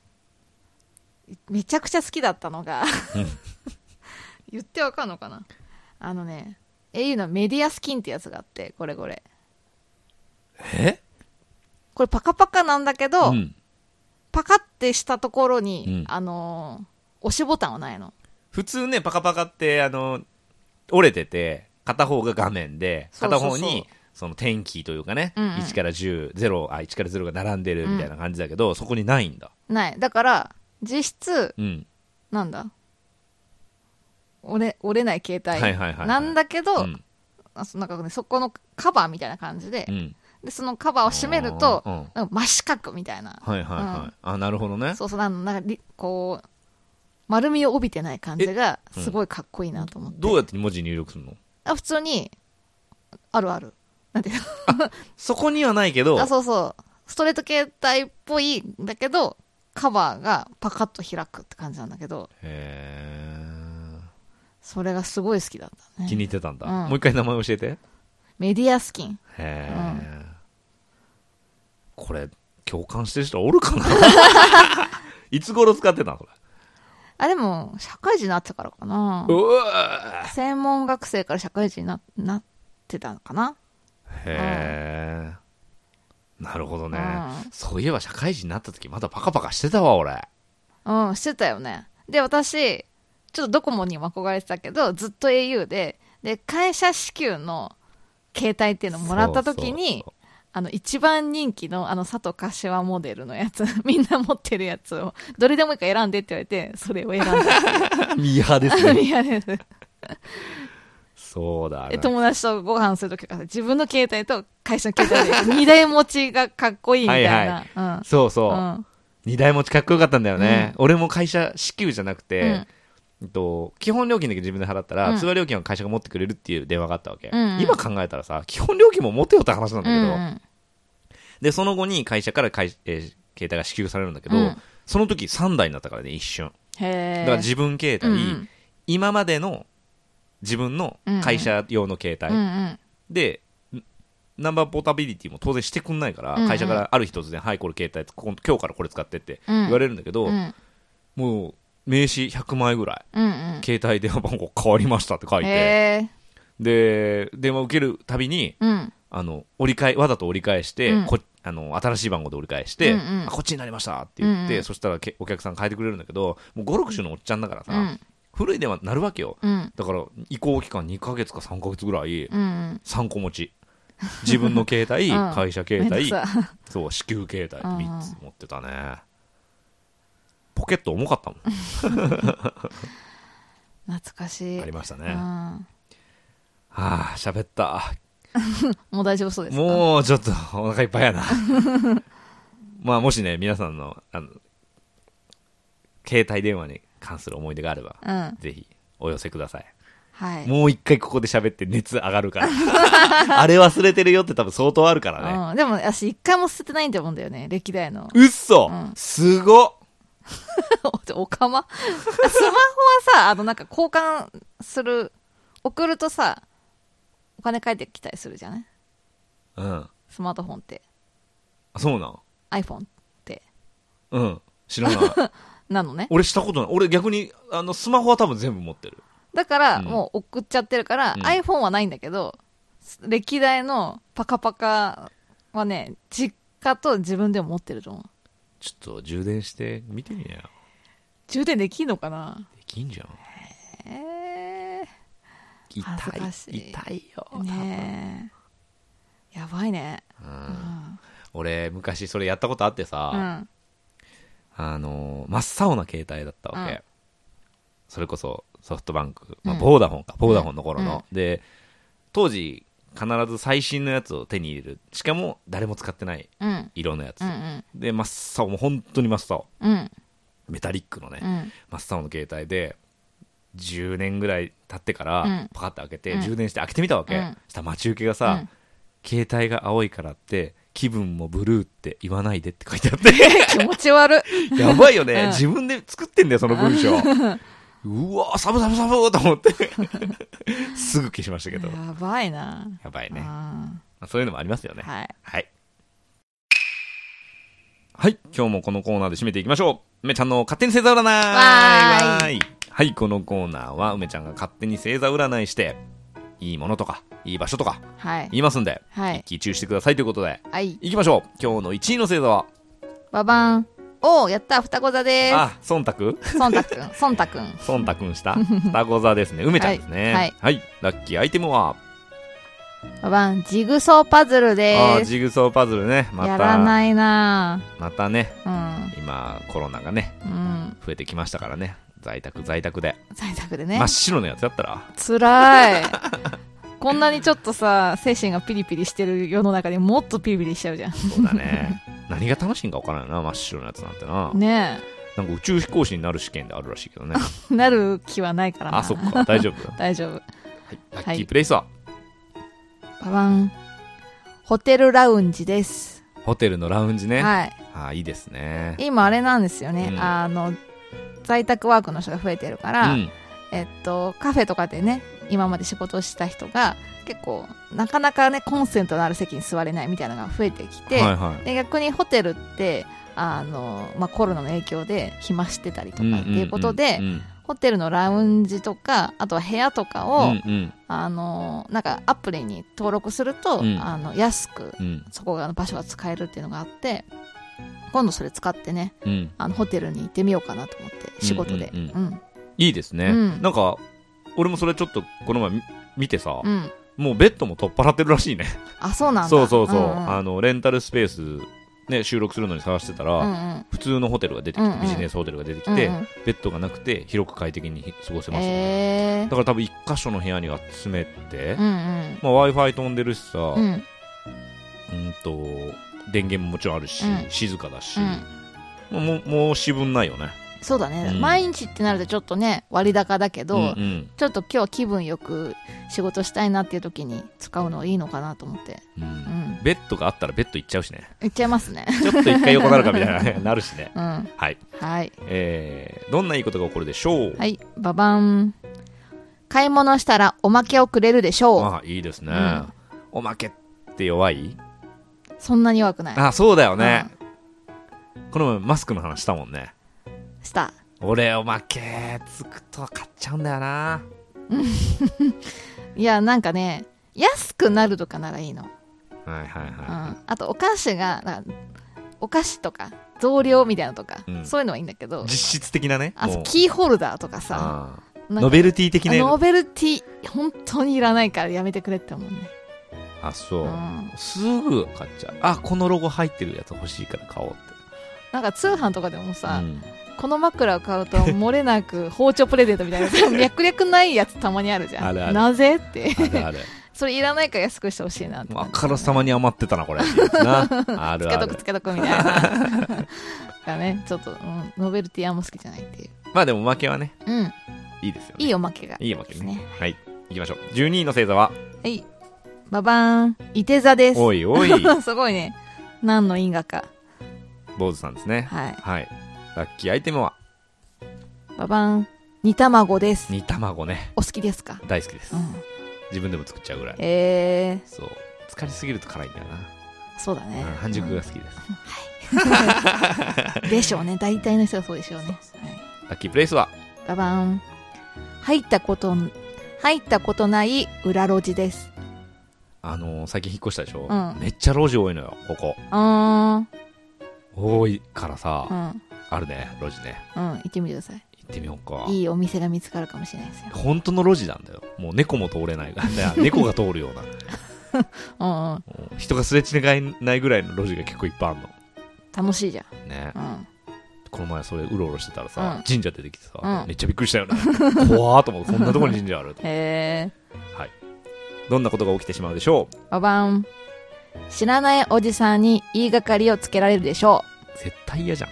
[SPEAKER 2] めちゃくちゃ好きだったのが、言ってわかんのかなあのね、au のメディアスキンってやつがあって、これこれ。
[SPEAKER 1] え
[SPEAKER 2] これパカパカなんだけど、
[SPEAKER 1] うん。
[SPEAKER 2] パカってしたところに、
[SPEAKER 1] うん
[SPEAKER 2] あのー押しボタンはないの。
[SPEAKER 1] 普通ね、パカパカって、あの、折れてて、片方が画面で、
[SPEAKER 2] そうそ
[SPEAKER 1] 片
[SPEAKER 2] う
[SPEAKER 1] 方
[SPEAKER 2] そう
[SPEAKER 1] に、その天気というかね、
[SPEAKER 2] うんうん
[SPEAKER 1] 1から10、0、あ、1から0が並んでるみたいな感じだけど、そこにないんだ。
[SPEAKER 2] ない。だから、実質、
[SPEAKER 1] うん。
[SPEAKER 2] なんだ折れ、折れない携帯。
[SPEAKER 1] はいはいはいはい
[SPEAKER 2] なんだけど、
[SPEAKER 1] うん。
[SPEAKER 2] あそなんかね、そこのカバーみたいな感じで、
[SPEAKER 1] うん。
[SPEAKER 2] で、そのカバーを閉めると
[SPEAKER 1] う、ん。
[SPEAKER 2] なんか真四角みたいな。
[SPEAKER 1] はいはいはい。あ、なるほどね。
[SPEAKER 2] そうそう、あのなんかり、こう、丸みを帯びてない感じが、
[SPEAKER 1] えうん
[SPEAKER 2] すごいかっこいいなと思って。
[SPEAKER 1] どうやって文字入力するの
[SPEAKER 2] あ普通に、あるある。なんていう
[SPEAKER 1] そこにはないけど
[SPEAKER 2] のあ、そうそう。ストレート携帯っぽいんだけど、カバーがパカッと開くって感じなんだけど、
[SPEAKER 1] へ
[SPEAKER 2] それがすごい好きだった
[SPEAKER 1] ー
[SPEAKER 2] ね。
[SPEAKER 1] 気に入ってたんだ、
[SPEAKER 2] うん
[SPEAKER 1] もう一回名前教えてへ
[SPEAKER 2] メディアスキン。
[SPEAKER 1] え、これ共感してる人おるかな <laughs> いつ頃使ってたのこれ
[SPEAKER 2] あ、でも、社会人になってからかな。
[SPEAKER 1] うわ
[SPEAKER 2] 専門学生から社会人にななってたのかな。
[SPEAKER 1] ーへえなるほどね、
[SPEAKER 2] う
[SPEAKER 1] そういえば社会人になった時まだパカパカしてたわ俺
[SPEAKER 2] うん、してたよね。で、私、ちょっとドコモにも憧れてたけど、ずっと au で、で、会社支給の携帯っていうのをもらった時に、
[SPEAKER 1] そう
[SPEAKER 2] あの、一番人気の、あの、佐藤柏モデルのやつ、 <laughs> みんな持ってるやつを、どれでもいいから選んでって言われて、それを選んだ。
[SPEAKER 1] そうそうミーハーです
[SPEAKER 2] <laughs>
[SPEAKER 1] ね
[SPEAKER 2] いやね
[SPEAKER 1] <laughs> そうだね
[SPEAKER 2] で友達とご飯するときから、自分の携帯と会社の携帯で、二台持ちがかっこいいみたいな。
[SPEAKER 1] はいそうそう、
[SPEAKER 2] うん。
[SPEAKER 1] 二台持ちかっこよかったんだよね、俺も会社支給じゃなくて、
[SPEAKER 2] うん
[SPEAKER 1] えっと、基本料金だけ自分で払ったら、
[SPEAKER 2] うん
[SPEAKER 1] 通話料金は会社が持ってくれるっていう電話があったわけ、
[SPEAKER 2] うんうん
[SPEAKER 1] 今考えたらさ基本料金も持てよって話なんだ
[SPEAKER 2] う
[SPEAKER 1] け
[SPEAKER 2] ん。
[SPEAKER 1] ど、
[SPEAKER 2] うん。
[SPEAKER 1] でその後に会社から会、えー携帯が支給されるんだけど、
[SPEAKER 2] うん
[SPEAKER 1] その時3台になったからね一瞬
[SPEAKER 2] へ
[SPEAKER 1] だ
[SPEAKER 2] え。
[SPEAKER 1] から自分携帯、
[SPEAKER 2] うんうん
[SPEAKER 1] 今までの自分の会社用の携帯、
[SPEAKER 2] うんうん。
[SPEAKER 1] でんナンバーポータビリティも当然してくんないから、
[SPEAKER 2] うんうん
[SPEAKER 1] 会社からある日突然「はいこれ携帯こ今日からこれ使って」って
[SPEAKER 2] うん
[SPEAKER 1] 言われるんだけど、
[SPEAKER 2] うん
[SPEAKER 1] もう名刺100枚ぐらい
[SPEAKER 2] うんうん。
[SPEAKER 1] 携帯電話番号変わりましたって書いて、
[SPEAKER 2] へえ。
[SPEAKER 1] で電話受けるたびに
[SPEAKER 2] うん。
[SPEAKER 1] あの折り返わざと折り返して、
[SPEAKER 2] うん
[SPEAKER 1] こあの新しい番号で折り返して、
[SPEAKER 2] うんうん
[SPEAKER 1] あこっちになりましたって言って、
[SPEAKER 2] うんうん
[SPEAKER 1] そしたらけお客さん変えてくれるんだけどもう560のおっちゃんだからさ、
[SPEAKER 2] うん。
[SPEAKER 1] 古い電話になるわけよ
[SPEAKER 2] うん。
[SPEAKER 1] だから移行期間2ヶ月か3ヶ月ぐらい
[SPEAKER 2] うん。
[SPEAKER 1] 3個持ち自分の携帯、
[SPEAKER 2] うん
[SPEAKER 1] 会社携
[SPEAKER 2] めんどく
[SPEAKER 1] 帯
[SPEAKER 2] さ
[SPEAKER 1] そう支給携帯
[SPEAKER 2] うんう
[SPEAKER 1] 3
[SPEAKER 2] ん
[SPEAKER 1] つ持ってたねポケット重かったもん
[SPEAKER 2] 懐かしい。
[SPEAKER 1] ありましたね、
[SPEAKER 2] うん。
[SPEAKER 1] はあ、喋った。
[SPEAKER 2] もう大丈夫そうですか
[SPEAKER 1] もうちょっとお腹いっぱいやな。 <laughs> まあもしね、皆さんの、あの、携帯電話に関する思い出があれば、
[SPEAKER 2] うん。
[SPEAKER 1] ぜひお寄せください。
[SPEAKER 2] はい。
[SPEAKER 1] もう一回ここで喋って熱上がるから。 <laughs> あれ忘れてるよって多分相当あるからね。
[SPEAKER 2] うん、でも私一回も捨ててないんだもんだよね歴代の <laughs>
[SPEAKER 1] うっそ、
[SPEAKER 2] うん
[SPEAKER 1] すごっ
[SPEAKER 2] おかま <laughs> スマホはさあのなんか交換する送るとさお金返ってきたりするじゃない
[SPEAKER 1] うん。あ
[SPEAKER 2] スマートフォンって
[SPEAKER 1] そうなん
[SPEAKER 2] iPhone って
[SPEAKER 1] うん。知
[SPEAKER 2] <laughs>
[SPEAKER 1] らない。
[SPEAKER 2] なのね
[SPEAKER 1] 俺したことない。俺逆に、あの、スマホは多分全部持ってる。
[SPEAKER 2] だから、
[SPEAKER 1] うん
[SPEAKER 2] もう送っちゃってるから、
[SPEAKER 1] うん
[SPEAKER 2] iPhone はないんだけど歴代のパカパカはね実家と自分でも持ってると思う
[SPEAKER 1] ちょっと充電して見てみなよ。
[SPEAKER 2] 充電できんのかな
[SPEAKER 1] できんじゃん。
[SPEAKER 2] え
[SPEAKER 1] 痛い
[SPEAKER 2] 恥ずかしい
[SPEAKER 1] 痛いよ、
[SPEAKER 2] ー、ねえやばいね
[SPEAKER 1] 多分う
[SPEAKER 2] うんん
[SPEAKER 1] 俺昔それやったことあって
[SPEAKER 2] う
[SPEAKER 1] さ、
[SPEAKER 2] ん
[SPEAKER 1] あのー真っ青な携帯だったわけ、
[SPEAKER 2] うん
[SPEAKER 1] それこそソフトバンク、まあ、
[SPEAKER 2] うん
[SPEAKER 1] ボーダフォンか、ボーダフォンの頃の、で当時必ず最新のやつを手に入れるしかも誰も使ってない
[SPEAKER 2] うん
[SPEAKER 1] 色のやつ、
[SPEAKER 2] うんうん
[SPEAKER 1] で真っ青もう本当に真っ青
[SPEAKER 2] うん
[SPEAKER 1] メタリックのね、
[SPEAKER 2] うん
[SPEAKER 1] 真っ青の携帯で10年ぐらい経ってから、
[SPEAKER 2] うん
[SPEAKER 1] パカッて開けて、
[SPEAKER 2] うん
[SPEAKER 1] 充電して開けてみたわけ、
[SPEAKER 2] うん
[SPEAKER 1] そしたら待ち受けがさ、
[SPEAKER 2] うん
[SPEAKER 1] 携帯が青いからって気分もブルーって言わないでって書いてあ
[SPEAKER 2] <laughs>
[SPEAKER 1] って
[SPEAKER 2] <laughs> 気持ち悪い
[SPEAKER 1] やばいよね、
[SPEAKER 2] うん
[SPEAKER 1] 自分で作ってんだよその文章うわサブサブサブと思って <laughs> すぐ消しましたけど
[SPEAKER 2] やばいな、
[SPEAKER 1] やばいね、ま
[SPEAKER 2] あ
[SPEAKER 1] あそういうのもありますよね
[SPEAKER 2] ーはい
[SPEAKER 1] はい。はい、今日もこのコーナーで締めていきましょう。梅ちゃんの勝手に星座占い
[SPEAKER 2] わーい
[SPEAKER 1] わーはい、このコーナーは梅ちゃんが勝手に星座占いして、いいものとか、いい場所とか
[SPEAKER 2] はい
[SPEAKER 1] 言いますんで、
[SPEAKER 2] はい
[SPEAKER 1] 一気中してくださいということで、
[SPEAKER 2] はい
[SPEAKER 1] いきましょう。今日の1位の星座は、
[SPEAKER 2] ババンおおやった双子座です
[SPEAKER 1] あ、忖度
[SPEAKER 2] そんたくんそんたくん
[SPEAKER 1] 忖度ん
[SPEAKER 2] <laughs>
[SPEAKER 1] した双子座ですね。梅ちゃんですね。
[SPEAKER 2] はい
[SPEAKER 1] はい。ラッキーアイテムは、
[SPEAKER 2] ババンジグソーパズル
[SPEAKER 1] あー
[SPEAKER 2] です
[SPEAKER 1] ジグソーパズルね。ま
[SPEAKER 2] やら
[SPEAKER 1] た、
[SPEAKER 2] ないな
[SPEAKER 1] またね、
[SPEAKER 2] うん
[SPEAKER 1] 今コロナがね、
[SPEAKER 2] うん
[SPEAKER 1] 増えてきましたからね。在宅、在宅で。
[SPEAKER 2] 在宅でね
[SPEAKER 1] 真っ白なやつだったら
[SPEAKER 2] つらいこんなにちょっとさ精神がピリピリしてる世の中でもっとピリピリしちゃうじゃ
[SPEAKER 1] そうだね何が楽しいんか分からんよな真っ白なやつなんてなん
[SPEAKER 2] ね
[SPEAKER 1] なんか宇宙飛行士になる試験であるらしいけど
[SPEAKER 2] <laughs>
[SPEAKER 1] ね
[SPEAKER 2] えなる気はないからな
[SPEAKER 1] あそっか大丈夫
[SPEAKER 2] 大丈夫
[SPEAKER 1] ラッキープレイスは、
[SPEAKER 2] ババン。ホテルラウンジです。
[SPEAKER 1] ホテルのラウンジね。
[SPEAKER 2] はい。
[SPEAKER 1] あいいですね。
[SPEAKER 2] 今あれなんですよね。
[SPEAKER 1] うん
[SPEAKER 2] あの、在宅ワークの人が増えてるか
[SPEAKER 1] う
[SPEAKER 2] ら、
[SPEAKER 1] ん。
[SPEAKER 2] えっと、カフェとかでね、今まで仕事をした人が、結構、なかなかね、コンセントのある席に座れないみたいなのが増えてきて、
[SPEAKER 1] はいはい。
[SPEAKER 2] で逆にホテルってあの、まあ、コロナの影響で暇してたりと
[SPEAKER 1] ん
[SPEAKER 2] か
[SPEAKER 1] ん
[SPEAKER 2] っていうことで、
[SPEAKER 1] うんうん
[SPEAKER 2] ホテルのラウンジとかあとは部屋とか
[SPEAKER 1] う
[SPEAKER 2] を、
[SPEAKER 1] んうん
[SPEAKER 2] あのなんかアプリに登録すると、
[SPEAKER 1] うん
[SPEAKER 2] あの安く
[SPEAKER 1] うん
[SPEAKER 2] そこが場所が使えるっていうのがあって今度それ使ってね
[SPEAKER 1] うん
[SPEAKER 2] あのホテルに行ってみようかなと思って仕事で。
[SPEAKER 1] うんうん
[SPEAKER 2] うん
[SPEAKER 1] いいですね、
[SPEAKER 2] うん
[SPEAKER 1] なんか俺もそれちょっとこの前み見てさ、
[SPEAKER 2] うん
[SPEAKER 1] もうベッドも取っ払ってるらしいね
[SPEAKER 2] あそうなんだ
[SPEAKER 1] そうそうそう、
[SPEAKER 2] んん
[SPEAKER 1] あのレンタルスペース、ね、収録するのに探してたら、
[SPEAKER 2] うんうん
[SPEAKER 1] 普通のホテルが出てきて、
[SPEAKER 2] うんうん
[SPEAKER 1] ビジネスホテルが出てきて、
[SPEAKER 2] うんうん
[SPEAKER 1] ベッドがなくて広く快適に過ごせますよね、
[SPEAKER 2] え
[SPEAKER 1] だから多分一箇所の部屋に集めて、
[SPEAKER 2] ーうん
[SPEAKER 1] まあ、w i f i 飛んでるしさ、
[SPEAKER 2] う
[SPEAKER 1] うんん、
[SPEAKER 2] うん
[SPEAKER 1] と電源ももちろんあるし、
[SPEAKER 2] うん
[SPEAKER 1] 静かだし、
[SPEAKER 2] うん
[SPEAKER 1] まあもうもうし分ないよね
[SPEAKER 2] そうだね、
[SPEAKER 1] うん
[SPEAKER 2] 毎日ってなるとちょっとね割高だけど、
[SPEAKER 1] んうん
[SPEAKER 2] ちょっと今日気分よく仕事したいなっていう時に使うのいいのかなと思って。
[SPEAKER 1] う
[SPEAKER 2] うんん。
[SPEAKER 1] ベッドがあったらベッド行っちゃうしね。 <laughs>
[SPEAKER 2] いっちゃいますね。
[SPEAKER 1] ちょっと一回横なるかみたいなね、 <laughs> なるしね。
[SPEAKER 2] うん。
[SPEAKER 1] はい。
[SPEAKER 2] はい。
[SPEAKER 1] えー、どんないいことが起こるでしょう、
[SPEAKER 2] はい。ババン。買い物したらおまけをくれるでしょう。
[SPEAKER 1] ああ、いいですね、
[SPEAKER 2] うん
[SPEAKER 1] おまけって弱い
[SPEAKER 2] そんなに弱くない。
[SPEAKER 1] あ、そうだよね。この前マスクの話したもんね。
[SPEAKER 2] した。
[SPEAKER 1] 俺、おまけつくと買っちゃうんだよな。
[SPEAKER 2] いや、なんかね、安くなるとかならいいの。
[SPEAKER 1] はいはい
[SPEAKER 2] うん。
[SPEAKER 1] は
[SPEAKER 2] あと、お菓子が、なんかお菓子とか、増量みたいなのとか、
[SPEAKER 1] うん
[SPEAKER 2] そういうのはいいんだけど
[SPEAKER 1] い。、実質的なね。
[SPEAKER 2] あ
[SPEAKER 1] も
[SPEAKER 2] と
[SPEAKER 1] う
[SPEAKER 2] キーホルダーとかさ、
[SPEAKER 1] ああ
[SPEAKER 2] なんか
[SPEAKER 1] ノベルティ的な
[SPEAKER 2] ノ
[SPEAKER 1] や
[SPEAKER 2] ベルティ、本当にいらないからやめてくれって思うね。
[SPEAKER 1] つあ、そう、
[SPEAKER 2] うん
[SPEAKER 1] すぐ買っちゃう。あ、このロゴ入ってるやつ欲しいから買おうって。
[SPEAKER 2] なんか通販とかでもさ、
[SPEAKER 1] うん
[SPEAKER 2] この枕を買うと漏れなく包丁プレゼントみたい
[SPEAKER 1] <laughs>
[SPEAKER 2] なさ脈略ないやつたまにあるじゃん
[SPEAKER 1] あるある
[SPEAKER 2] なぜって
[SPEAKER 1] あるあ <laughs> る。
[SPEAKER 2] それいらないから安くしてほしいなって
[SPEAKER 1] あ
[SPEAKER 2] 感じ
[SPEAKER 1] からさまに余ってたな、 <laughs> これ。っていうやつなあ
[SPEAKER 2] つ
[SPEAKER 1] る
[SPEAKER 2] け
[SPEAKER 1] あ
[SPEAKER 2] とく
[SPEAKER 1] る。
[SPEAKER 2] つけとくみたいながねちょっと、うん、ノベルティあんま好きじゃないっていう
[SPEAKER 1] まあでも、負けはね、
[SPEAKER 2] うん
[SPEAKER 1] いいですよね。
[SPEAKER 2] いいおまけが
[SPEAKER 1] いい負け
[SPEAKER 2] で
[SPEAKER 1] ね。
[SPEAKER 2] すね
[SPEAKER 1] はい。行きましょう。12位の星座は、
[SPEAKER 2] はいババーンいて座です
[SPEAKER 1] おいお
[SPEAKER 2] <laughs>
[SPEAKER 1] い、
[SPEAKER 2] すごいね何の因果か
[SPEAKER 1] 坊主さんですね。
[SPEAKER 2] はい
[SPEAKER 1] はい。ラッキーアイテムは、
[SPEAKER 2] ババーン煮卵です
[SPEAKER 1] 煮卵ね。
[SPEAKER 2] お好きですか
[SPEAKER 1] 大好きです
[SPEAKER 2] う。ん
[SPEAKER 1] 自分でも作っちゃうぐらい。
[SPEAKER 2] え
[SPEAKER 1] そう。疲れすぎると辛いんだよな。
[SPEAKER 2] ー、そうだね、
[SPEAKER 1] うん半熟が好きです。
[SPEAKER 2] でしょうね大体の人はそうでしょうねはい
[SPEAKER 1] <laughs> ラッキープレイスは、
[SPEAKER 2] ババン。入ったことん、入ったことない裏路地です。
[SPEAKER 1] あのー、最近引っ越したでしょ
[SPEAKER 2] うん
[SPEAKER 1] めっちゃ路地多いのよ、ここ。
[SPEAKER 2] うーん。
[SPEAKER 1] 多いから
[SPEAKER 2] う
[SPEAKER 1] さ、
[SPEAKER 2] ん。うん。
[SPEAKER 1] あるね、路地ね。
[SPEAKER 2] 行ってみてください。
[SPEAKER 1] 行ってみようか。
[SPEAKER 2] いいお店が見つかるかもしれないですよ。
[SPEAKER 1] 本当の路地なんだよ。もう猫も通れない。だから
[SPEAKER 2] <laughs>
[SPEAKER 1] 猫が通るような。
[SPEAKER 2] うんうん。
[SPEAKER 1] もう人がすれ違いないぐらいの路地が結構いっぱいあるの。
[SPEAKER 2] 楽しいじゃ
[SPEAKER 1] ね。
[SPEAKER 2] ん。うん。
[SPEAKER 1] この前それうろうろしてたらさ、
[SPEAKER 2] うん
[SPEAKER 1] 神社出てきてさ、
[SPEAKER 2] うん
[SPEAKER 1] めっちゃびっくりしたよね怖ーと思ってこんなとこに神社あ
[SPEAKER 2] <laughs>
[SPEAKER 1] ると
[SPEAKER 2] へえ。
[SPEAKER 1] どんなことが起きてしまうでしょう
[SPEAKER 2] ババン。知らないおじさんに言いがかりをつけられるでしょ
[SPEAKER 1] 絶対嫌じゃん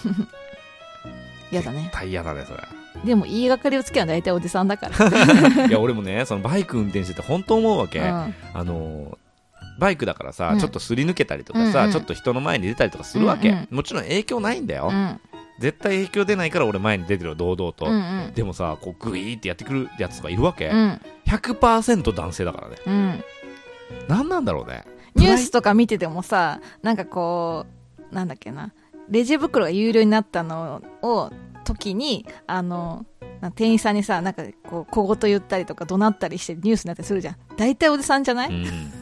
[SPEAKER 1] 絶
[SPEAKER 2] う。やだね。
[SPEAKER 1] 対嫌だね
[SPEAKER 2] でも言いがかりをつけるのは大体おじさんだから。
[SPEAKER 1] それいや俺もねそのバイク運転してて本当思うわけ、
[SPEAKER 2] うん。
[SPEAKER 1] あのーバイクだからさ、
[SPEAKER 2] うん
[SPEAKER 1] ちょっとすり抜けたりとかさ、
[SPEAKER 2] うんうん
[SPEAKER 1] ちょっと人の前に出たりとかするわけ、
[SPEAKER 2] うん
[SPEAKER 1] もちろん影響ないんだよ、
[SPEAKER 2] うん。
[SPEAKER 1] 絶対影響出ないから俺前に出てるよ堂々と、
[SPEAKER 2] うんうん。
[SPEAKER 1] でもさこうグイーってやってくるやつとかいるわけ、
[SPEAKER 2] うん。
[SPEAKER 1] 100%男性だからね
[SPEAKER 2] うん。
[SPEAKER 1] 何なんだろうね
[SPEAKER 2] ニュースとか見ててもさ、なんかこう、なんだっけな、レジ袋が有料になったのを、時に、あの、な店員さんにさ、なんかこう、小言言ったりとか怒鳴ったりしてニュースになったりするじゃん。大体おじさんじゃない、
[SPEAKER 1] う
[SPEAKER 2] い <laughs>
[SPEAKER 1] ん、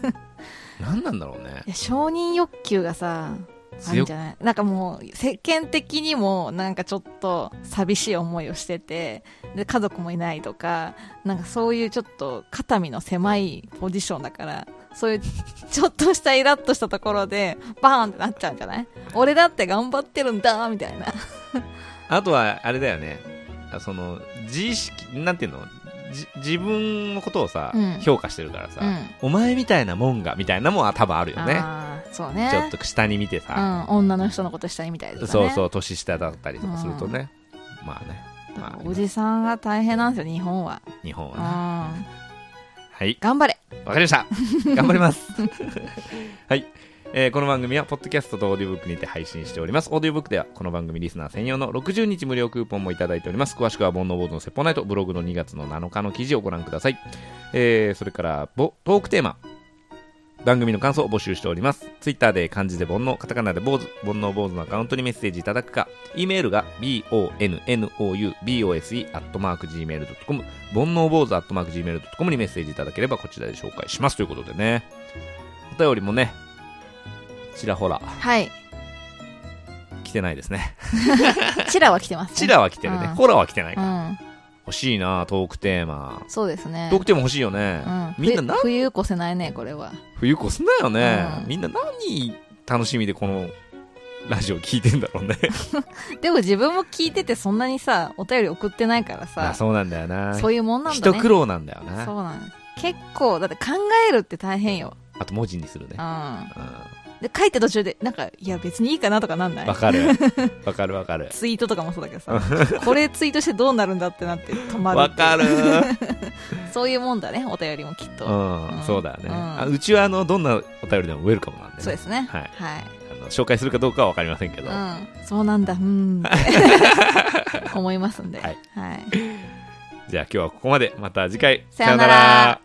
[SPEAKER 1] 何なんだろうね
[SPEAKER 2] や、承認欲求がさ、ある
[SPEAKER 1] 強
[SPEAKER 2] んじ
[SPEAKER 1] く
[SPEAKER 2] ゃないなんかもう、世間的にも、なんかちょっと寂しい思いをしてて、で、家族もいないとか、なんかそういうちょっと肩身の狭いポジションだから、そういうちょっとしたイラッとしたところで、バーンってなっちゃうんじゃない俺だって頑張ってるんだ、みたいな。
[SPEAKER 1] あとはあれだよねあその自意識なんていうのじ自分のことをさ、
[SPEAKER 2] うん
[SPEAKER 1] 評価してるからさ、
[SPEAKER 2] うん
[SPEAKER 1] お前みたいなもんがみたいなもんは多分あるよね
[SPEAKER 2] ああ、そうね。
[SPEAKER 1] ちょっと下に見て
[SPEAKER 2] う
[SPEAKER 1] さ、
[SPEAKER 2] ん、女の人のことしたいみたいですね。
[SPEAKER 1] そうそう年下だったりとかするとね、まあねまあ
[SPEAKER 2] おじさんが大変なんですよ、日本は。
[SPEAKER 1] 日本
[SPEAKER 2] う
[SPEAKER 1] はね
[SPEAKER 2] ん。
[SPEAKER 1] はい
[SPEAKER 2] 頑張れ。
[SPEAKER 1] わかりました <laughs> 頑張ります <laughs> はい、えーこの番組はポッドキャストとオーディオブックにて配信しておりますオーディオブックではこの番組リスナー専用の60日無料クーポンもいただいております詳しくは煩悩ボードのセポナイトブログの2月の7日の記事をご覧ください、えーそれからぼトークテーマ番組の感想を募集しております。ツイッターで漢字で煩悩、カタカナで坊主、煩悩坊主のアカウントにメッセージいただくか、e メールが bonoubose.gmail.com、煩悩坊主 .gmail.com にメッセージいただければこちらで紹介しますということでね、お便りもね、ちらほら
[SPEAKER 2] はい。
[SPEAKER 1] 来てないですね。
[SPEAKER 2] チラは来てます、ね。
[SPEAKER 1] ちらは来てるね
[SPEAKER 2] う、ん
[SPEAKER 1] ほらは来てないか
[SPEAKER 2] う
[SPEAKER 1] ら。
[SPEAKER 2] ん。
[SPEAKER 1] 欲しいな、トークテーマ。
[SPEAKER 2] そうですね
[SPEAKER 1] トー。クテーマ欲しいよね。
[SPEAKER 2] うん、
[SPEAKER 1] みんなな
[SPEAKER 2] ふ冬越せないね、これは。
[SPEAKER 1] 冬越すんだよね、
[SPEAKER 2] うん
[SPEAKER 1] みんな何楽しみでこのラジオ聞いてんだろうね
[SPEAKER 2] でも自分も聞いててそんなにさ、お便り送ってないから
[SPEAKER 1] <laughs>
[SPEAKER 2] さ、
[SPEAKER 1] あそうなんだよな
[SPEAKER 2] そういうもんなんだ
[SPEAKER 1] 一
[SPEAKER 2] ね。
[SPEAKER 1] 苦労なんだよな
[SPEAKER 2] そうなんです結構、だって考えるって大変よ。
[SPEAKER 1] あと文字にする
[SPEAKER 2] う
[SPEAKER 1] ねう
[SPEAKER 2] ん。
[SPEAKER 1] ん
[SPEAKER 2] で、書いて途中で、なんか、いや別にいいかなとかなんない
[SPEAKER 1] わ、か
[SPEAKER 2] <laughs>
[SPEAKER 1] るわかるわかる
[SPEAKER 2] ツイートとかもそうだけ
[SPEAKER 1] <laughs>
[SPEAKER 2] どさ、これツイートしてどうなるんだってなって止まる。
[SPEAKER 1] わかる、
[SPEAKER 2] <laughs> そういうもんだね、お便りもきっと。
[SPEAKER 1] うん、そうだね、
[SPEAKER 2] うん
[SPEAKER 1] あうちはあのどんなお便りでもウェルカムなんで、ね、
[SPEAKER 2] そうですね。
[SPEAKER 1] はい
[SPEAKER 2] はい。
[SPEAKER 1] あの紹介するかどうかはわかりませんけど、
[SPEAKER 2] うん。そうなんだ、
[SPEAKER 1] <laughs>
[SPEAKER 2] うん。思いますんで。
[SPEAKER 1] はい
[SPEAKER 2] はい
[SPEAKER 1] じゃあ今日はここまでまた次回
[SPEAKER 2] さようなら